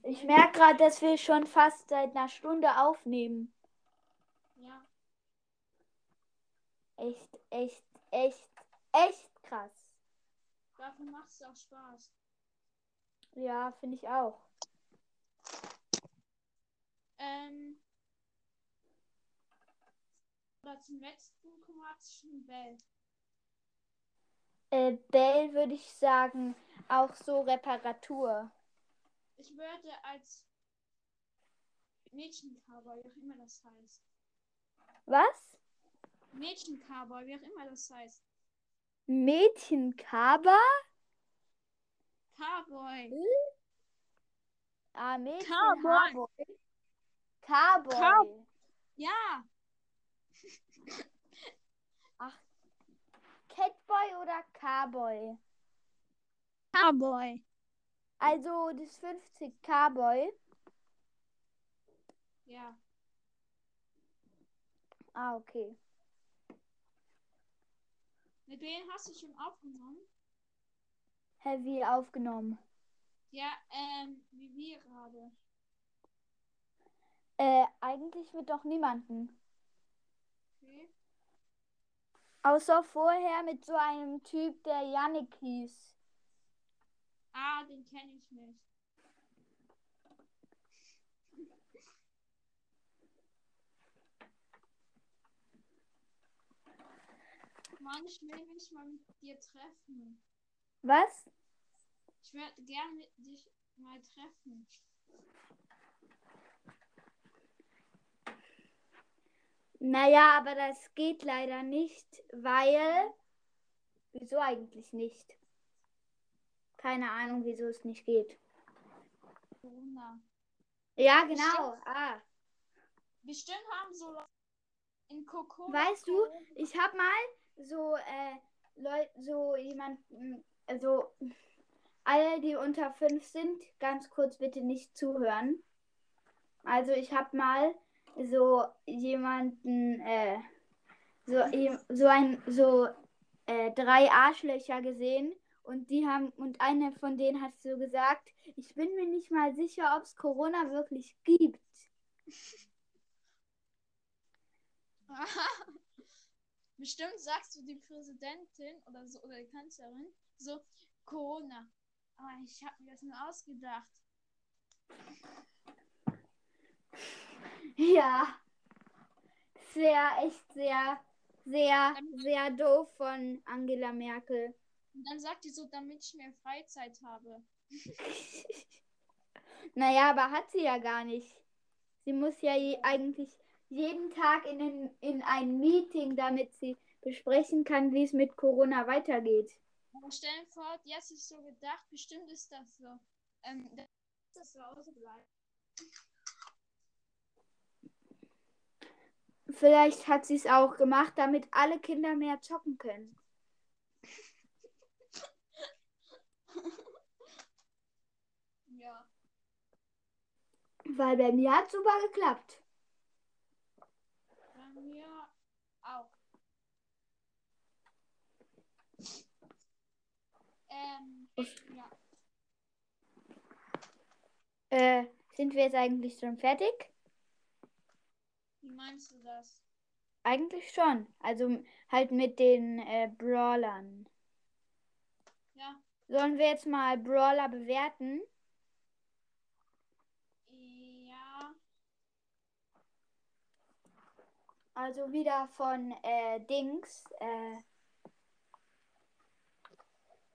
A: Ich merke gerade, dass wir schon fast seit einer Stunde aufnehmen.
B: Ja.
A: Echt, echt, echt, echt krass.
B: Dafür macht es auch Spaß.
A: Ja, finde ich auch.
B: Ähm. Oder zum letzten chromatischen Bell.
A: Äh, Bell würde ich sagen, auch so Reparatur.
B: Ich würde als Mädchen-Cowboy, wie auch immer das heißt.
A: Was?
B: Mädchen-Cowboy, wie auch immer das heißt.
A: Mädchenkaba?
B: Cowboy.
A: Ah, Mädchen
B: Cowboy.
A: Cowboy.
B: Cow- Ja,
A: Catboy oder Cowboy?
B: Cowboy.
A: Also das 50 Cowboy.
B: Ja,
A: Ah, okay.
B: mit wem hast du schon aufgenommen?
A: Heavy aufgenommen.
B: Ja, ähm, wie wir gerade.
A: Äh, eigentlich mit doch niemanden.
B: Okay.
A: Außer vorher mit so einem Typ, der Yannick hieß.
B: Ah, den kenne ich nicht. Mann, ich will mich mal mit dir treffen.
A: Was?
B: Ich würde gerne mit dich mal treffen.
A: Naja, aber das geht leider nicht, weil. Wieso eigentlich nicht? Keine Ahnung, wieso es nicht geht.
B: Corona.
A: Ja, genau. Ah.
B: Bestimmt haben so Leute in Coco.
A: Weißt du, ich habe mal so äh, Leu so jemanden, also alle, die unter fünf sind, ganz kurz bitte nicht zuhören. Also ich habe mal so jemanden, äh, so, jem- so ein, so äh, drei Arschlöcher gesehen und die haben, und eine von denen hat so gesagt, ich bin mir nicht mal sicher, ob es Corona wirklich gibt.
B: [LAUGHS] Bestimmt sagst du die Präsidentin oder so oder die Kanzlerin so Corona. Aber ich habe mir das nur ausgedacht.
A: Ja. Sehr, echt sehr, sehr, sehr doof von Angela Merkel. [LAUGHS]
B: Und dann sagt die so, damit ich mehr Freizeit habe.
A: Naja, aber hat sie ja gar nicht. Sie muss ja je, eigentlich jeden Tag in, den, in ein Meeting, damit sie besprechen kann, wie es mit Corona weitergeht.
B: Und stell dir vor, die hat sich so gedacht, bestimmt ist das so. Ähm, dass das zu Hause bleibt.
A: Vielleicht hat sie es auch gemacht, damit alle Kinder mehr zocken können.
B: Ja.
A: Weil bei mir hat es super geklappt.
B: Bei mir auch. Ähm, ja.
A: Äh, sind wir jetzt eigentlich schon fertig?
B: Wie meinst du das?
A: Eigentlich schon. Also m- halt mit den äh, Brawlern.
B: Ja.
A: Sollen wir jetzt mal Brawler bewerten?
B: Ja.
A: Also wieder von äh, Dings. Äh,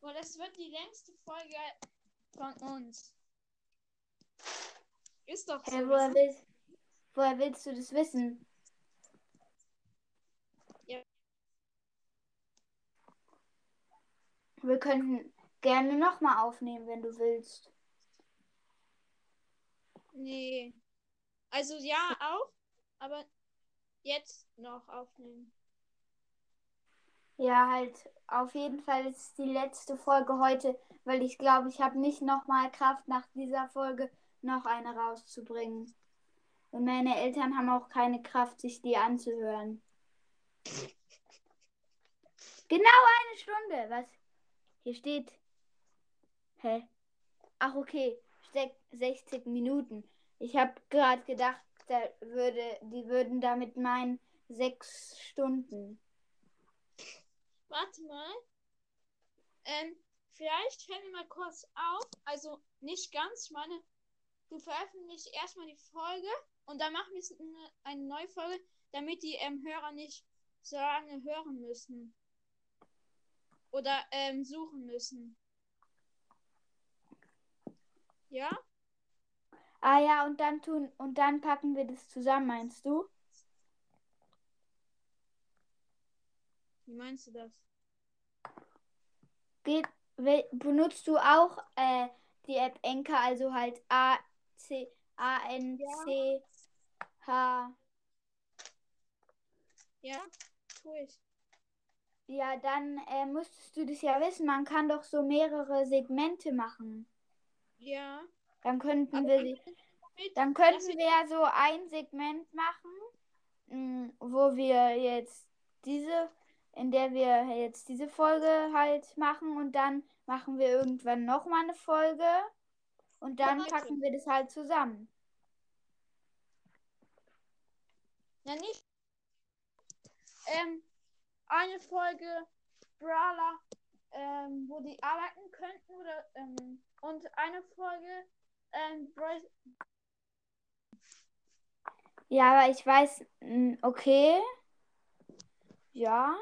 B: Boah, das wird die längste Folge von uns. Ist doch so.
A: hä, woher,
B: ne?
A: willst, woher willst du das wissen?
B: Ja.
A: Wir könnten gerne nochmal aufnehmen, wenn du willst.
B: Nee. Also ja, auch, aber jetzt noch aufnehmen.
A: Ja, halt, auf jeden Fall ist es die letzte Folge heute, weil ich glaube, ich habe nicht nochmal Kraft, nach dieser Folge noch eine rauszubringen. Und meine Eltern haben auch keine Kraft, sich die anzuhören. Genau eine Stunde. Was? Hier steht. Hä? Ach, okay. Steck 60 Minuten. Ich habe gerade gedacht, da würde, die würden damit meinen sechs Stunden.
B: Warte mal. Ähm, vielleicht hören wir mal kurz auf. Also nicht ganz. Ich meine, du veröffentlichst erstmal die Folge und dann machen wir s- ne- eine neue Folge, damit die ähm, Hörer nicht so lange hören müssen. Oder ähm, suchen müssen. Ja?
A: Ah ja, und dann tun und dann packen wir das zusammen, meinst du?
B: Wie meinst du das?
A: Geht, we- benutzt du auch äh, die App Enka, also halt A C A N C H?
B: Ja, tue ich.
A: Ja, dann äh, müsstest du das ja wissen. Man kann doch so mehrere Segmente machen.
B: Ja.
A: Dann könnten
B: Aber
A: wir
B: man
A: sie,
B: Bild-
A: dann
B: das
A: könnten
B: wird-
A: wir ja so ein Segment machen, mh, wo wir jetzt diese, in der wir jetzt diese Folge halt machen und dann machen wir irgendwann nochmal eine Folge und dann
B: Leute.
A: packen wir das halt zusammen.
B: Na nicht. Ähm, eine Folge Brawler, ähm, wo die arbeiten könnten oder ähm, und eine Folge ähm, Brawl
A: Ja, aber ich weiß, mm, okay. Ja.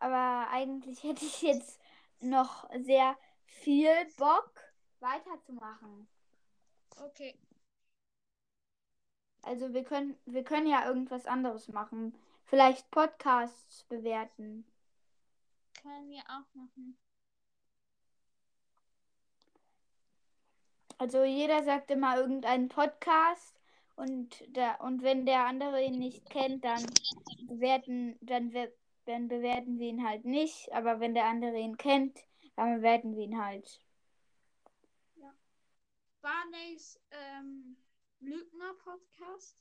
A: Aber eigentlich [LAUGHS] hätte ich jetzt noch sehr viel Bock, weiterzumachen.
B: Okay.
A: Also wir können, wir können ja irgendwas anderes machen. Vielleicht Podcasts bewerten.
B: Können wir auch machen.
A: Also jeder sagt immer irgendeinen Podcast und da, und wenn der andere ihn nicht kennt, dann bewerten, dann, we- dann bewerten wir ihn halt nicht. Aber wenn der andere ihn kennt, dann bewerten wir ihn halt.
B: Barneys ähm, Lügner Podcast.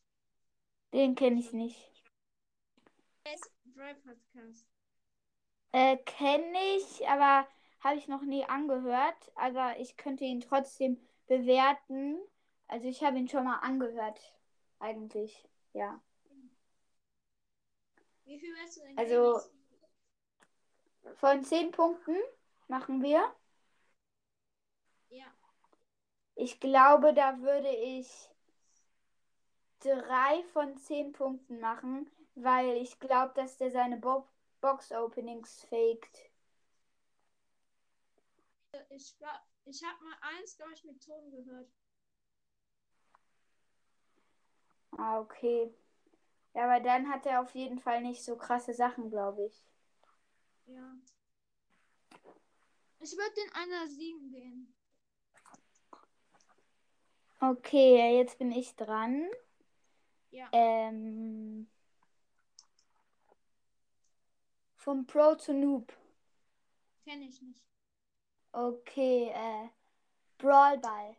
A: Den kenne ich nicht.
B: Brawl Podcast.
A: Äh, kenne ich, aber habe ich noch nie angehört. Aber ich könnte ihn trotzdem bewerten. Also ich habe ihn schon mal angehört, eigentlich. Ja.
B: Wie viel willst du denn
A: Also-
B: geben?
A: Von zehn Punkten machen wir.
B: Ja.
A: Ich glaube, da würde ich drei von zehn Punkten machen, weil ich glaube, dass der seine Bo Box-Openings faked.
B: Ich, glaub- ich habe mal eins, glaube ich, mit Ton gehört.
A: Ah, okay. Ja, aber dann hat er auf jeden Fall nicht so krasse Sachen, glaube ich.
B: Ja. Ich würde den einer sieben gehen.
A: Okay, jetzt bin ich dran.
B: Ja.
A: Ähm, vom Pro zu Noob.
B: Kenne ich nicht.
A: Okay, äh, Brawlball.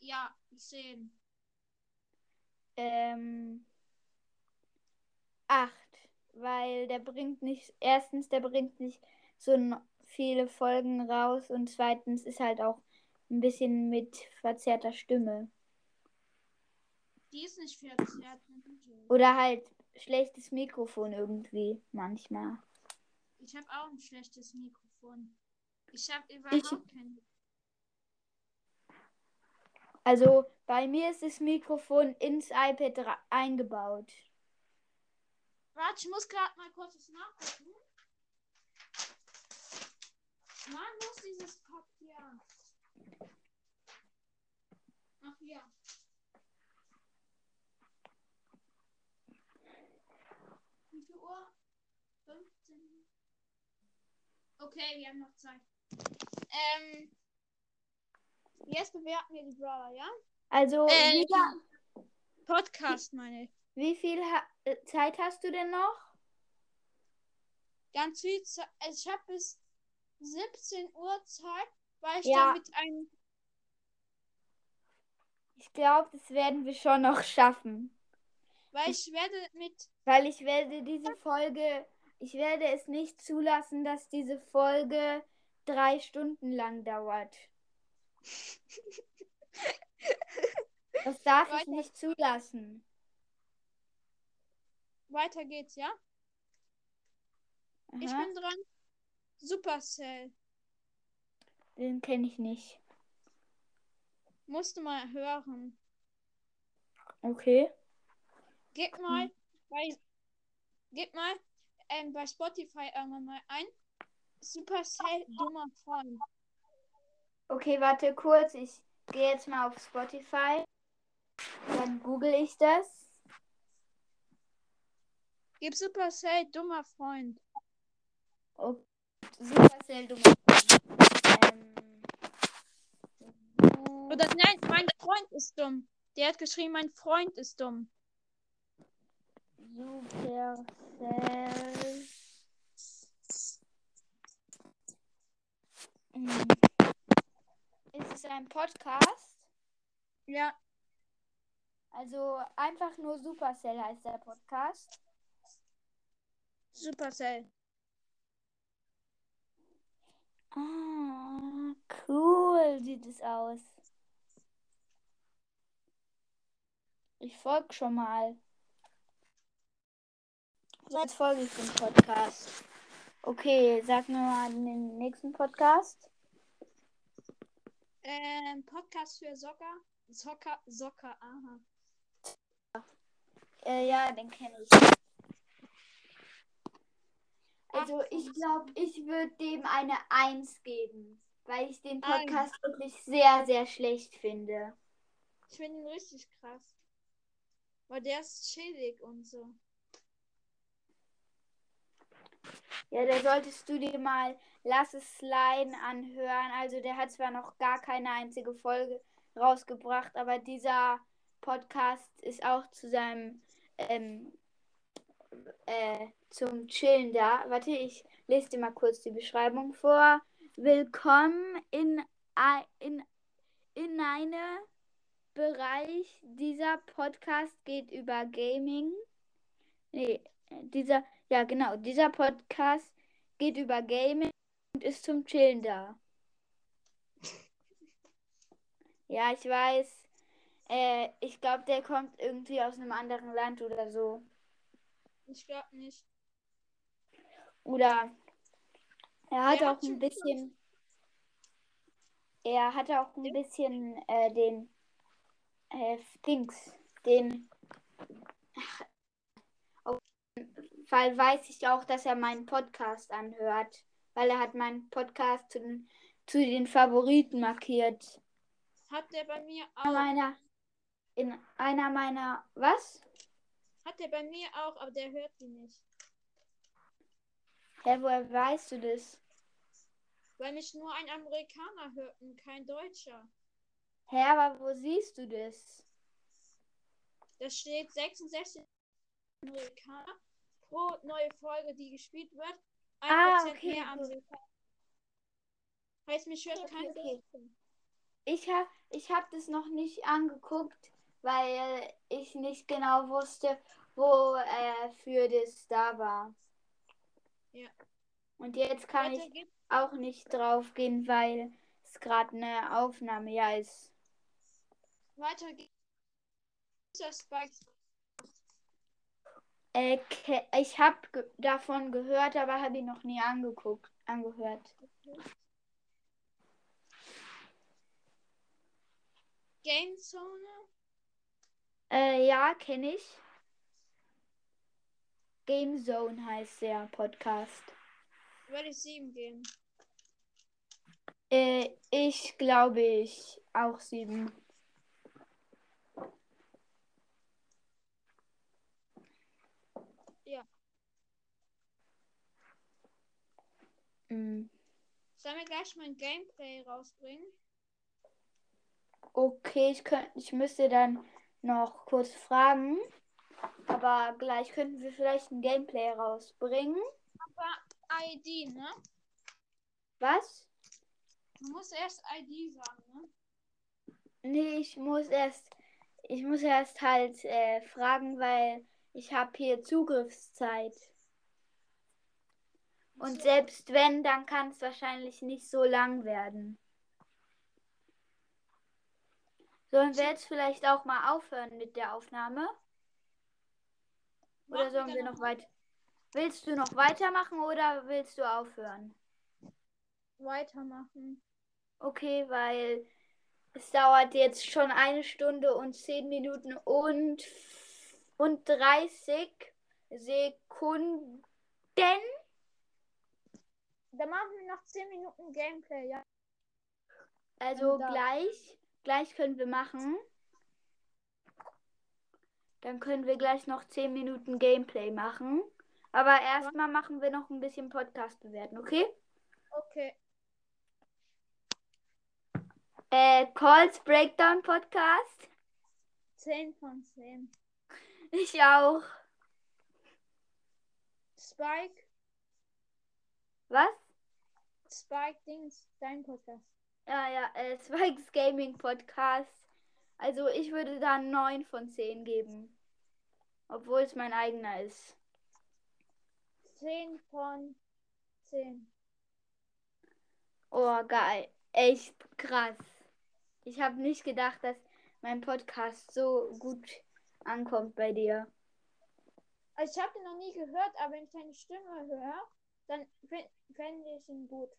B: Ja, zehn.
A: Ähm, acht, weil der bringt nicht, erstens, der bringt nicht so n- viele Folgen raus und zweitens ist halt auch ein bisschen mit verzerrter Stimme.
B: Die ist nicht verzerrt.
A: Oder halt schlechtes Mikrofon irgendwie manchmal.
B: Ich habe auch ein schlechtes Mikrofon. Ich habe überhaupt kein.
A: Also bei mir ist das Mikrofon ins iPad ra- eingebaut.
B: Warte, ich muss gerade mal kurz was nachgucken. Mann, wo ist dieses Papier? Ach ja. Wie viel Uhr? 15. Okay, wir haben noch Zeit. Ähm. Jetzt bewerten wir die Brawler, ja?
A: Also
B: Äh,
A: wie, la-
B: Podcast, meine ich.
A: wie viel ha äh, Zeit hast du denn noch?
B: Ganz viel Zeit. Ich habe bis 17 Uhr Zeit, weil ich
A: Ja.
B: damit ein.
A: Ich glaube, das werden wir schon noch schaffen.
B: Weil ich werde mit.
A: Weil ich werde diese Folge, ich werde es nicht zulassen, dass diese Folge drei Stunden lang dauert. Das darf ich
B: Leute.
A: nicht zulassen.
B: Weiter geht's, ja? Ich
A: Aha,
B: bin dran. Supercell.
A: den kenne ich nicht.
B: Musst du mal hören.
A: Okay.
B: Gib mal bei. Gib mal ähm, bei Spotify irgendwann mal ein. Supercell, dummer Freund.
A: Okay, warte kurz. Ich gehe jetzt mal auf Spotify. Dann google ich das.
B: Gib Supercell, dummer Freund.
A: Oh, super selten. Ähm, du-
B: Oder nein, mein Freund ist dumm. Der hat geschrieben, mein Freund ist dumm.
A: Supercell. Hm. Ist es ein Podcast?
B: Ja,
A: Also einfach nur Supercell heißt der Podcast.
B: Supercell.
A: Ah, cool sieht es aus. Ich folge schon mal. So, jetzt folge ich dem Podcast. Okay, sag mir mal den nächsten Podcast.
B: Ähm, Podcast für Soccer. Soccer, Soccer, aha.
A: Äh, ja, den kenne ich. Also ich glaube, ich würde dem eine Eins geben, weil ich den
B: Eins.
A: Podcast wirklich sehr, sehr schlecht finde.
B: Ich finde ihn richtig krass. Weil der ist chillig und so.
A: Ja, da solltest du dir mal Lass es Sliden anhören. Also der hat zwar noch gar keine einzige Folge rausgebracht, aber dieser Podcast ist auch zu seinem ähm, äh, zum Chillen da. Warte, ich lese dir mal kurz die Beschreibung vor. Willkommen in, ei- in, in einem Bereich. Dieser Podcast geht über Gaming. Nee, dieser, ja genau, dieser Podcast geht über Gaming und ist zum Chillen da. Ja, ich weiß. Äh, ich glaube, der kommt irgendwie aus einem anderen Land oder so.
B: Ich glaube nicht.
A: Oder er hat
B: Der
A: auch
B: hat
A: ein
B: schon-
A: bisschen. Er hat auch ein bisschen äh, den äh, Dings, den. Ach, auf jeden Fall weiß ich auch, dass er meinen Podcast anhört, weil er hat meinen Podcast zu den, zu den Favoriten markiert.
B: Hat der bei mir
A: In
B: auch.
A: meiner, in einer meiner, was?
B: Hat der bei mir auch, aber der hört ihn nicht.
A: Hä, woher weißt du das?
B: Weil mich nur ein Amerikaner hört und kein Deutscher.
A: Hä, aber wo siehst du das?
B: Da steht 66 Amerikaner pro neue Folge, die gespielt wird. 1%
A: Ah, okay,
B: mehr
A: gut.
B: Amerikaner. Heißt, mich hört
A: Okay,
B: kein
A: okay.
B: Deutscher.
A: Ich habe ich hab das noch nicht angeguckt, weil ich nicht genau wusste, wo äh, für das da war.
B: Ja.
A: Und jetzt kann
B: Weiter
A: ich
B: geht's.
A: auch nicht drauf gehen, weil es gerade eine Aufnahme ja ist.
B: Weiter geht's. Mr. Spike.
A: Äh, ke- ich habe ge davon gehört, aber habe ihn noch nie angeguckt, angehört.
B: Game Zone.
A: Äh, ja, kenne ich. Game Zone heißt der Podcast.
B: Würde ich 7 geben.
A: Äh, ich glaube, ich auch sieben.
B: Ja.
A: Mm,
B: Sollen wir gleich mein Gameplay rausbringen?
A: Okay, ich könnte, ich müsste dann noch kurz fragen, aber gleich könnten wir vielleicht ein Gameplay rausbringen.
B: ID, ne?
A: Was?
B: Du musst erst ID sagen, ne?
A: Nee, ich muss erst, ich muss erst halt äh, fragen, weil ich habe hier Zugriffszeit. Und
B: So.
A: selbst wenn, dann kann es wahrscheinlich nicht so lang werden. Sollen wir jetzt vielleicht auch mal aufhören mit der Aufnahme? Oder
B: Machen
A: sollen
B: dann
A: wir noch weiter? Willst du noch weitermachen oder willst du aufhören?
B: weitermachen?
A: Okay, weil es dauert jetzt schon eine Stunde und zehn Minuten und, und 30 Sekunden.
B: Dann machen wir noch 10 Minuten Gameplay, ja.
A: Also
B: Und da-
A: gleich, gleich können wir machen. Dann können wir gleich noch 10 Minuten Gameplay machen. Aber erstmal machen wir noch ein bisschen Podcast bewerten, okay?
B: Okay.
A: Äh, Calls Breakdown Podcast. [LAUGHS]
B: 10 von 10.
A: Ich auch.
B: Spike,
A: Was?
B: Spike Dings, dein Podcast.
A: Ja, ja, äh, Spikes Gaming Podcast. Also ich würde da 9 von 10 geben. Obwohl es mein eigener ist.
B: 10 von 10.
A: Oh, geil. Echt krass. Ich habe nicht gedacht, dass mein Podcast so gut ankommt bei dir.
B: Also ich habe ihn noch nie gehört, aber wenn ich deine Stimme höre, dann fin- fände ich ihn gut.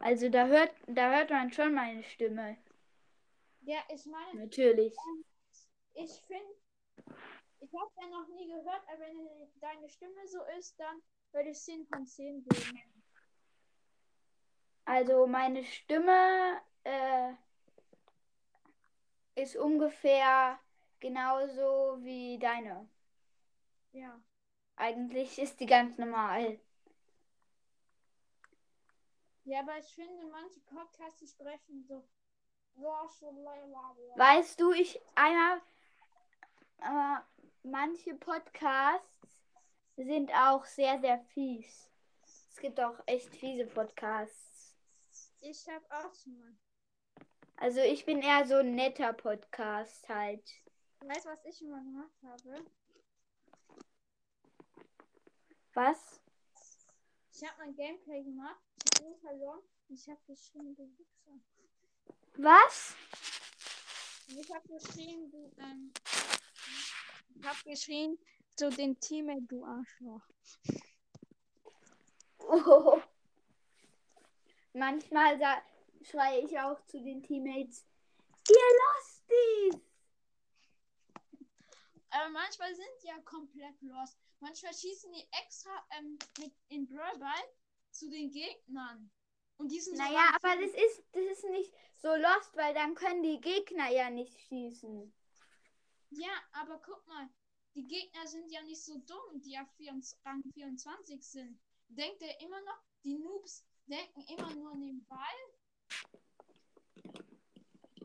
A: Also da hört, da hört man schon meine Stimme.
B: Ja, ich meine,
A: Natürlich.
B: ich finde, ich habe den noch nie gehört, aber wenn deine Stimme so ist, dann würde ich 10 von 10 geben.
A: Also meine Stimme äh, ist ungefähr genauso wie deine.
B: Ja.
A: Eigentlich ist die ganz normal.
B: Ja, aber ich finde, manche Podcasts sprechen so. Boah, so la- la- la.
A: Weißt du, ich einmal, äh, manche Podcasts sind auch sehr, sehr fies. Es gibt auch echt fiese Podcasts.
B: Ich habe auch schon mal.
A: Also ich bin eher so ein netter Podcast halt.
B: Weißt du, was ich immer gemacht habe?
A: Was?
B: Ich habe mein Gameplay gemacht, ich habe verloren und ich habe geschrieben, du Wichser.
A: Was? [LAUGHS]
B: Und ich habe geschrieben, du, ähm, ich habe geschrieben, zu den Teammate, du Arschloch.
A: Oh. Manchmal sa- schreie ich auch zu den Teammates, ihr Losties!
B: Aber manchmal sind die ja komplett lost. Manchmal schießen die extra ähm, mit in Brawl Ball zu den Gegnern. Und die sind so
A: Naja,
B: lang-
A: aber das ist, das ist nicht so lost, weil dann können die Gegner ja nicht schießen.
B: Ja, aber guck mal, die Gegner sind ja nicht so dumm, die auf 24, Rang 24 sind. Denkt er immer noch, die Noobs denken immer nur nebenbei?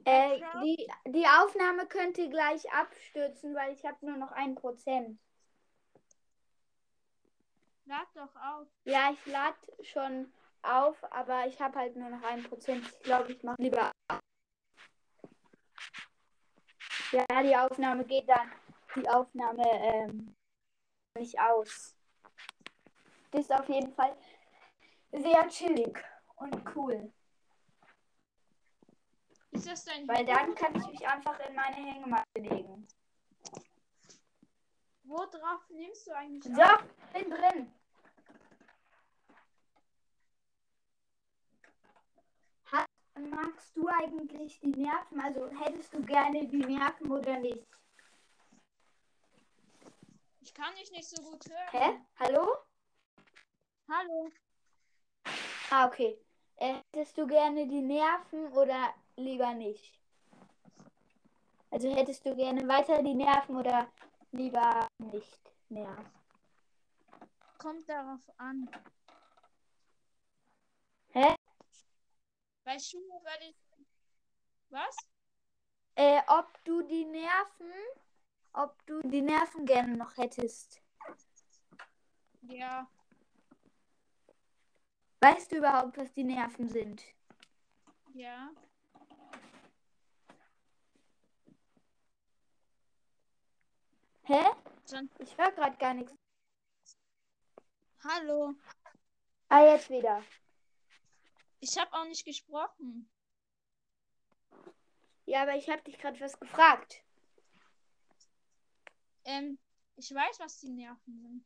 A: Äh,
B: Minecraft?
A: die, die Aufnahme könnte gleich abstürzen, weil ich habe nur noch ein Prozent.
B: Lad doch auf.
A: Ja, ich lade schon auf, aber ich habe halt nur noch ein Prozent. Ich glaube, ich mache lieber ab. Ja, die Aufnahme geht dann. Die Aufnahme ähm, nicht aus. Das ist auf jeden Fall sehr chillig und cool,
B: Ist das dein
A: weil dann kann ich mich einfach in meine Hängematte legen.
B: Worauf nimmst du eigentlich
A: So,
B: auf?
A: bin drin. Ha- Magst du eigentlich die Nerven? Also hättest du gerne die Nerven oder nicht?
B: Ich kann dich nicht so gut hören.
A: Hä? Hallo?
B: Hallo.
A: Ah, okay. Äh, Hättest du gerne die Nerven oder lieber nicht? Also hättest du gerne weiter die Nerven oder lieber nicht mehr?
B: Kommt darauf an.
A: Hä?
B: Bei Schule würde ich. Was?
A: Äh, ob du die Nerven, ob du die Nerven gerne noch hättest?
B: Ja.
A: Weißt du überhaupt, was die Nerven sind?
B: Ja.
A: Hä?
B: Dann-
A: Ich höre gerade gar nichts.
B: Hallo.
A: Ah, jetzt wieder.
B: Ich habe auch nicht gesprochen.
A: Ja, aber ich habe dich gerade was gefragt.
B: Ähm, ich weiß, was die Nerven sind.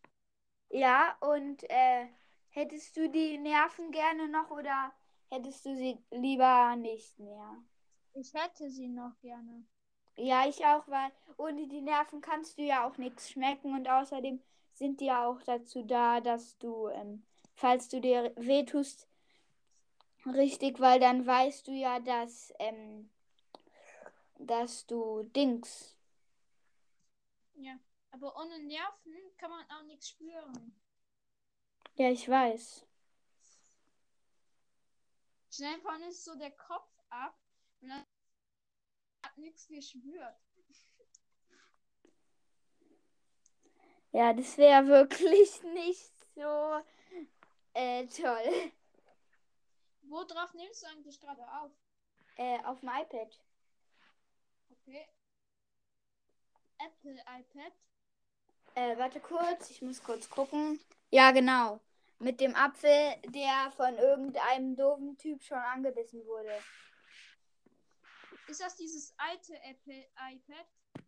A: Ja, und äh, hättest du die Nerven gerne noch oder hättest du sie lieber nicht mehr?
B: Ich hätte sie noch gerne.
A: Ja, ich auch, weil ohne die Nerven kannst du ja auch nichts schmecken und außerdem sind die ja auch dazu da, dass du, ähm, falls du dir wehtust, richtig, weil dann weißt du ja, dass, ähm, dass du Dings.
B: Aber ohne Nerven kann man auch nichts spüren.
A: Ja, ich weiß.
B: Schnell vorne ist so der Kopf ab und dann hat nichts gespürt.
A: Ja, das wäre [LAUGHS] wirklich nicht so äh, toll.
B: Worauf nimmst du eigentlich gerade auf?
A: Äh, auf dem iPad.
B: Okay. Apple iPad.
A: Äh, warte kurz, ich muss kurz gucken. Ja, genau. Mit dem Apfel, der von irgendeinem doofen Typ schon angebissen wurde.
B: Ist das dieses alte Apple iPad?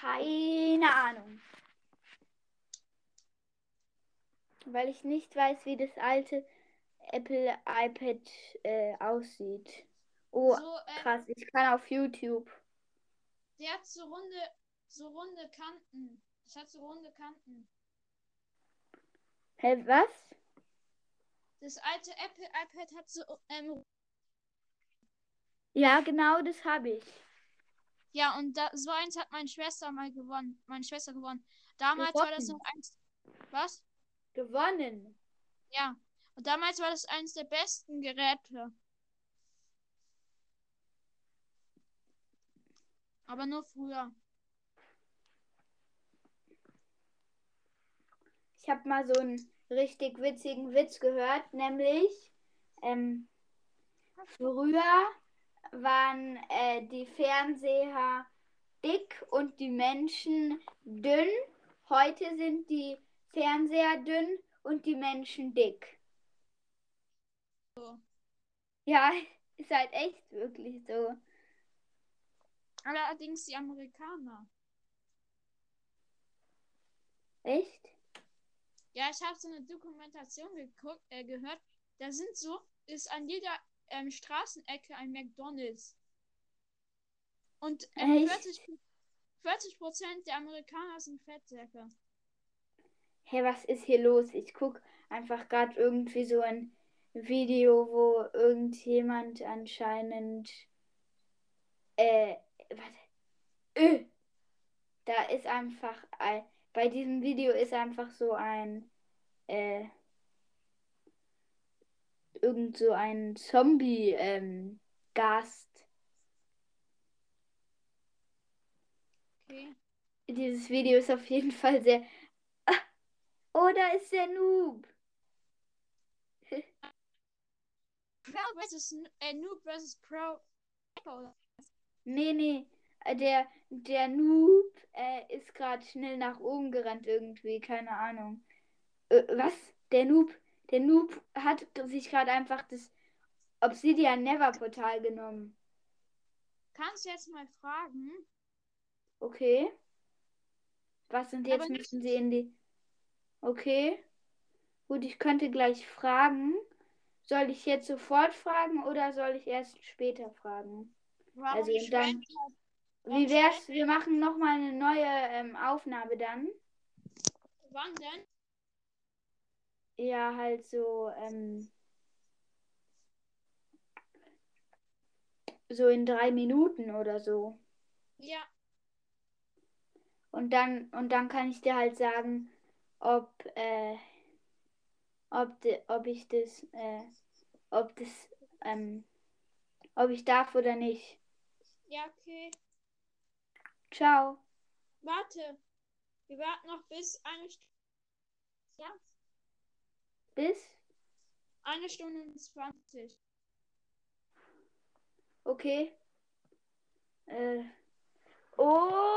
A: Keine Ahnung. Weil ich nicht weiß, wie das alte Apple iPad äh, aussieht. Oh,
B: so, ähm,
A: krass, ich kann auf YouTube.
B: der hat so runde, so runde Kanten. Das hat so runde Kanten.
A: Hä, was?
B: Das alte Apple iPad hat so, ähm,
A: Ja, genau, das habe ich.
B: ja, und da, so eins hat meine Schwester mal gewonnen. Meine Schwester gewonnen. Damals war das noch eins. Was?
A: Gewonnen.
B: Ja. Und damals war das eines der besten Geräte. Aber nur früher.
A: Ich habe mal so einen richtig witzigen Witz gehört, nämlich ähm, früher waren äh, die Fernseher dick und die Menschen dünn. Heute sind die Fernseher dünn und die Menschen dick.
B: So.
A: Ja, [LAUGHS] ist halt echt wirklich so.
B: Allerdings die Amerikaner.
A: Echt?
B: Ja, ich habe so eine Dokumentation geguckt, äh, gehört. Da sind so, ist an jeder ähm, Straßenecke ein McDonald's. Und ähm,
A: Echt?
B: 40, 40 Prozent der Amerikaner sind Fettsäcke.
A: Hä, was ist hier los? Ich guck einfach gerade irgendwie so ein Video, wo irgendjemand anscheinend. Äh, warte. Ö. Da ist einfach ein. Bei diesem Video ist einfach so ein. Äh. Irgend so ein Zombie, ähm, Gast.
B: Okay.
A: Dieses Video ist auf jeden Fall sehr. Ah, oder ist der Noob?
B: Pro versus, N- äh, Noob versus Pro.
A: Nee, nee. äh, Der, der Noob äh, ist gerade schnell nach oben gerannt irgendwie. Keine Ahnung. Äh, was? Der Noob, der Noob hat g- sich gerade einfach das Obsidian Never Portal genommen.
B: Kannst du jetzt mal fragen?
A: Okay. Was und jetzt
B: Aber nicht-
A: müssen sie in die. Okay. Gut, ich könnte gleich fragen. Soll ich jetzt sofort fragen oder soll ich erst später fragen?
B: Warum
A: Also,
B: ich
A: dann-
B: Schwänze-
A: Wie wär's? Wir machen nochmal eine neue ähm, Aufnahme dann.
B: Wann denn?
A: Ja, halt so, ähm, so in drei Minuten oder so.
B: Ja,
A: Und dann, und dann kann ich dir halt sagen, ob, äh, ob, de, ob ich das, äh, ob das, ähm, ob ich darf oder nicht.
B: ja, okay.
A: Ciao.
B: Warte. Wir warten noch bis eine Stunde. Ja,
A: Bis.
B: eine Stunde und 20.
A: Okay. Äh. Oh!